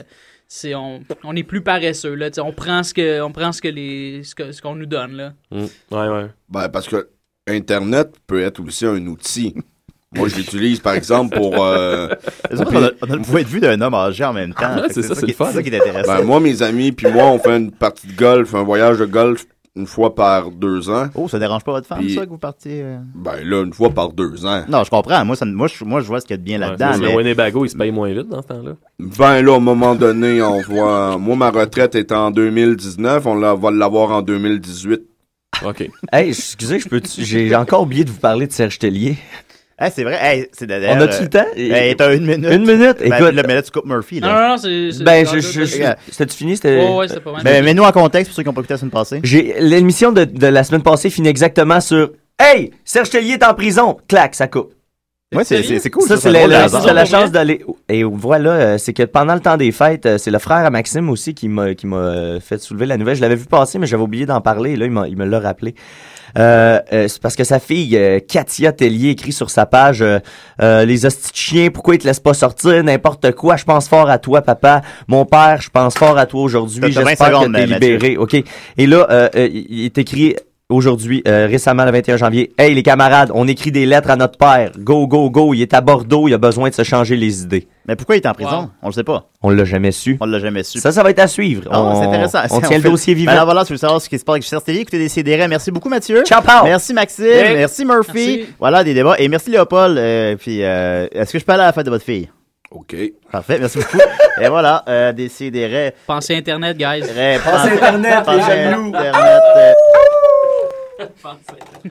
Speaker 7: c'est on, on est plus paresseux là. Tu sais, On prend ce que on prend ce que les ce que- ce qu'on nous donne là.
Speaker 4: Mm.
Speaker 8: Ben, parce que Internet peut être aussi un outil. Moi, je l'utilise, par exemple, pour... euh,
Speaker 5: C'est vrai qu'on a- on a le point de vue d'un homme âgé en même temps.
Speaker 8: Ah,
Speaker 5: Fait que
Speaker 8: c'est ça, c'est
Speaker 5: qui-
Speaker 8: le fun.
Speaker 5: C'est ça qui est intéressant.
Speaker 8: Ben, moi, mes amis, puis moi, on fait une partie de golf, un voyage de golf une fois par deux ans.
Speaker 5: Oh, ça dérange pas votre femme,
Speaker 8: Puis-
Speaker 5: ça, que vous partiez. euh?
Speaker 8: Ben là, une fois par deux ans.
Speaker 5: Non, je comprends. Moi, ça, me- moi, je, moi, je vois ce qu'il y a de bien là-dedans.
Speaker 4: parce que
Speaker 5: mais-
Speaker 4: Le Winnebago, il se paye moins vite dans ce temps-là.
Speaker 8: Ben là, à un moment donné, on voit... Moi, ma retraite est en 2019, on la- va l'avoir en 2018.
Speaker 4: OK.
Speaker 6: Hey, excusez, je peux j'ai encore oublié de vous parler de Serge Tellier.
Speaker 5: Ah, c'est vrai. Hey, c'est d'ailleurs,
Speaker 6: On a-tu
Speaker 5: euh,
Speaker 6: le temps?
Speaker 5: Hey, t'as une minute.
Speaker 6: Une minute?
Speaker 5: Ben,
Speaker 6: Écoute.
Speaker 5: là, mais là, tu coupes Murphy. Là.
Speaker 7: Non, non, non, c'est- c'est-
Speaker 6: Ben,
Speaker 7: non,
Speaker 6: je,
Speaker 7: non,
Speaker 6: je,
Speaker 7: non,
Speaker 6: je-
Speaker 7: non.
Speaker 6: c'était-tu fini? C'était...
Speaker 7: Ah, Ouais, ouais, c'était pas mal.
Speaker 5: Ben, mets-nous en contexte pour ceux qui n'ont pas écouté la semaine passée.
Speaker 6: J'ai l'émission de, de la semaine passée finit exactement sur Hey, Serge Tellier est en prison. Clac, ça coupe.
Speaker 5: Ouais, c'est- c'est- c'est cool,
Speaker 6: Ça,
Speaker 5: ça,
Speaker 6: c'est
Speaker 5: c'est
Speaker 6: la,
Speaker 5: drôle
Speaker 6: la-
Speaker 5: de hasard.
Speaker 6: c'est la chance d'aller. Et voilà, euh, c'est que pendant le temps des fêtes, euh, c'est le frère à Maxime aussi qui m'a qui m'a euh, fait soulever la nouvelle. Je l'avais vu passer, mais j'avais oublié d'en parler. Et là, il, m'a- il me l'a rappelé. Euh, euh, c'est parce que sa fille euh, Katia Tellier écrit sur sa page euh, euh, les hosties de chiens pourquoi ils te laissent pas sortir n'importe quoi je pense fort à toi papa mon père je pense fort à toi aujourd'hui
Speaker 5: T'as- t'as 20
Speaker 6: j'espère que
Speaker 5: secondes,
Speaker 6: t'es
Speaker 5: Mathieu.
Speaker 6: libéré OK. Et là, euh, euh, il est écrit aujourd'hui, euh, récemment, le 21 janvier, Hey, les camarades, on écrit des lettres à notre père. Go, go, go. Il est à Bordeaux. Il a besoin de se changer les idées.
Speaker 5: Mais pourquoi il est en prison? On le sait pas.
Speaker 6: On l'a jamais su.
Speaker 5: On l'a jamais su.
Speaker 6: Ça, ça va être à suivre.
Speaker 5: Ah,
Speaker 6: on,
Speaker 5: c'est intéressant.
Speaker 6: On
Speaker 5: C'est-
Speaker 6: tient le
Speaker 5: fait-
Speaker 6: dossier vivant.
Speaker 5: Ben, alors voilà, si vous voulez savoir ce qui se passe avec Serge Tellier, écoutez des CDR. Merci beaucoup, Mathieu.
Speaker 6: Ciao, pao.
Speaker 5: Merci, Maxime.
Speaker 6: Hey.
Speaker 5: Merci, Murphy. Voilà, des débats. Et merci, Léopold. Euh, puis, euh, est-ce que je peux aller à la fête de votre fille?
Speaker 8: OK.
Speaker 5: Parfait, merci beaucoup. Et voilà, euh, Décidérez.
Speaker 7: Pensez Internet, guys.
Speaker 5: Pensez
Speaker 7: Internet, les jaloux.
Speaker 5: Internet, euh,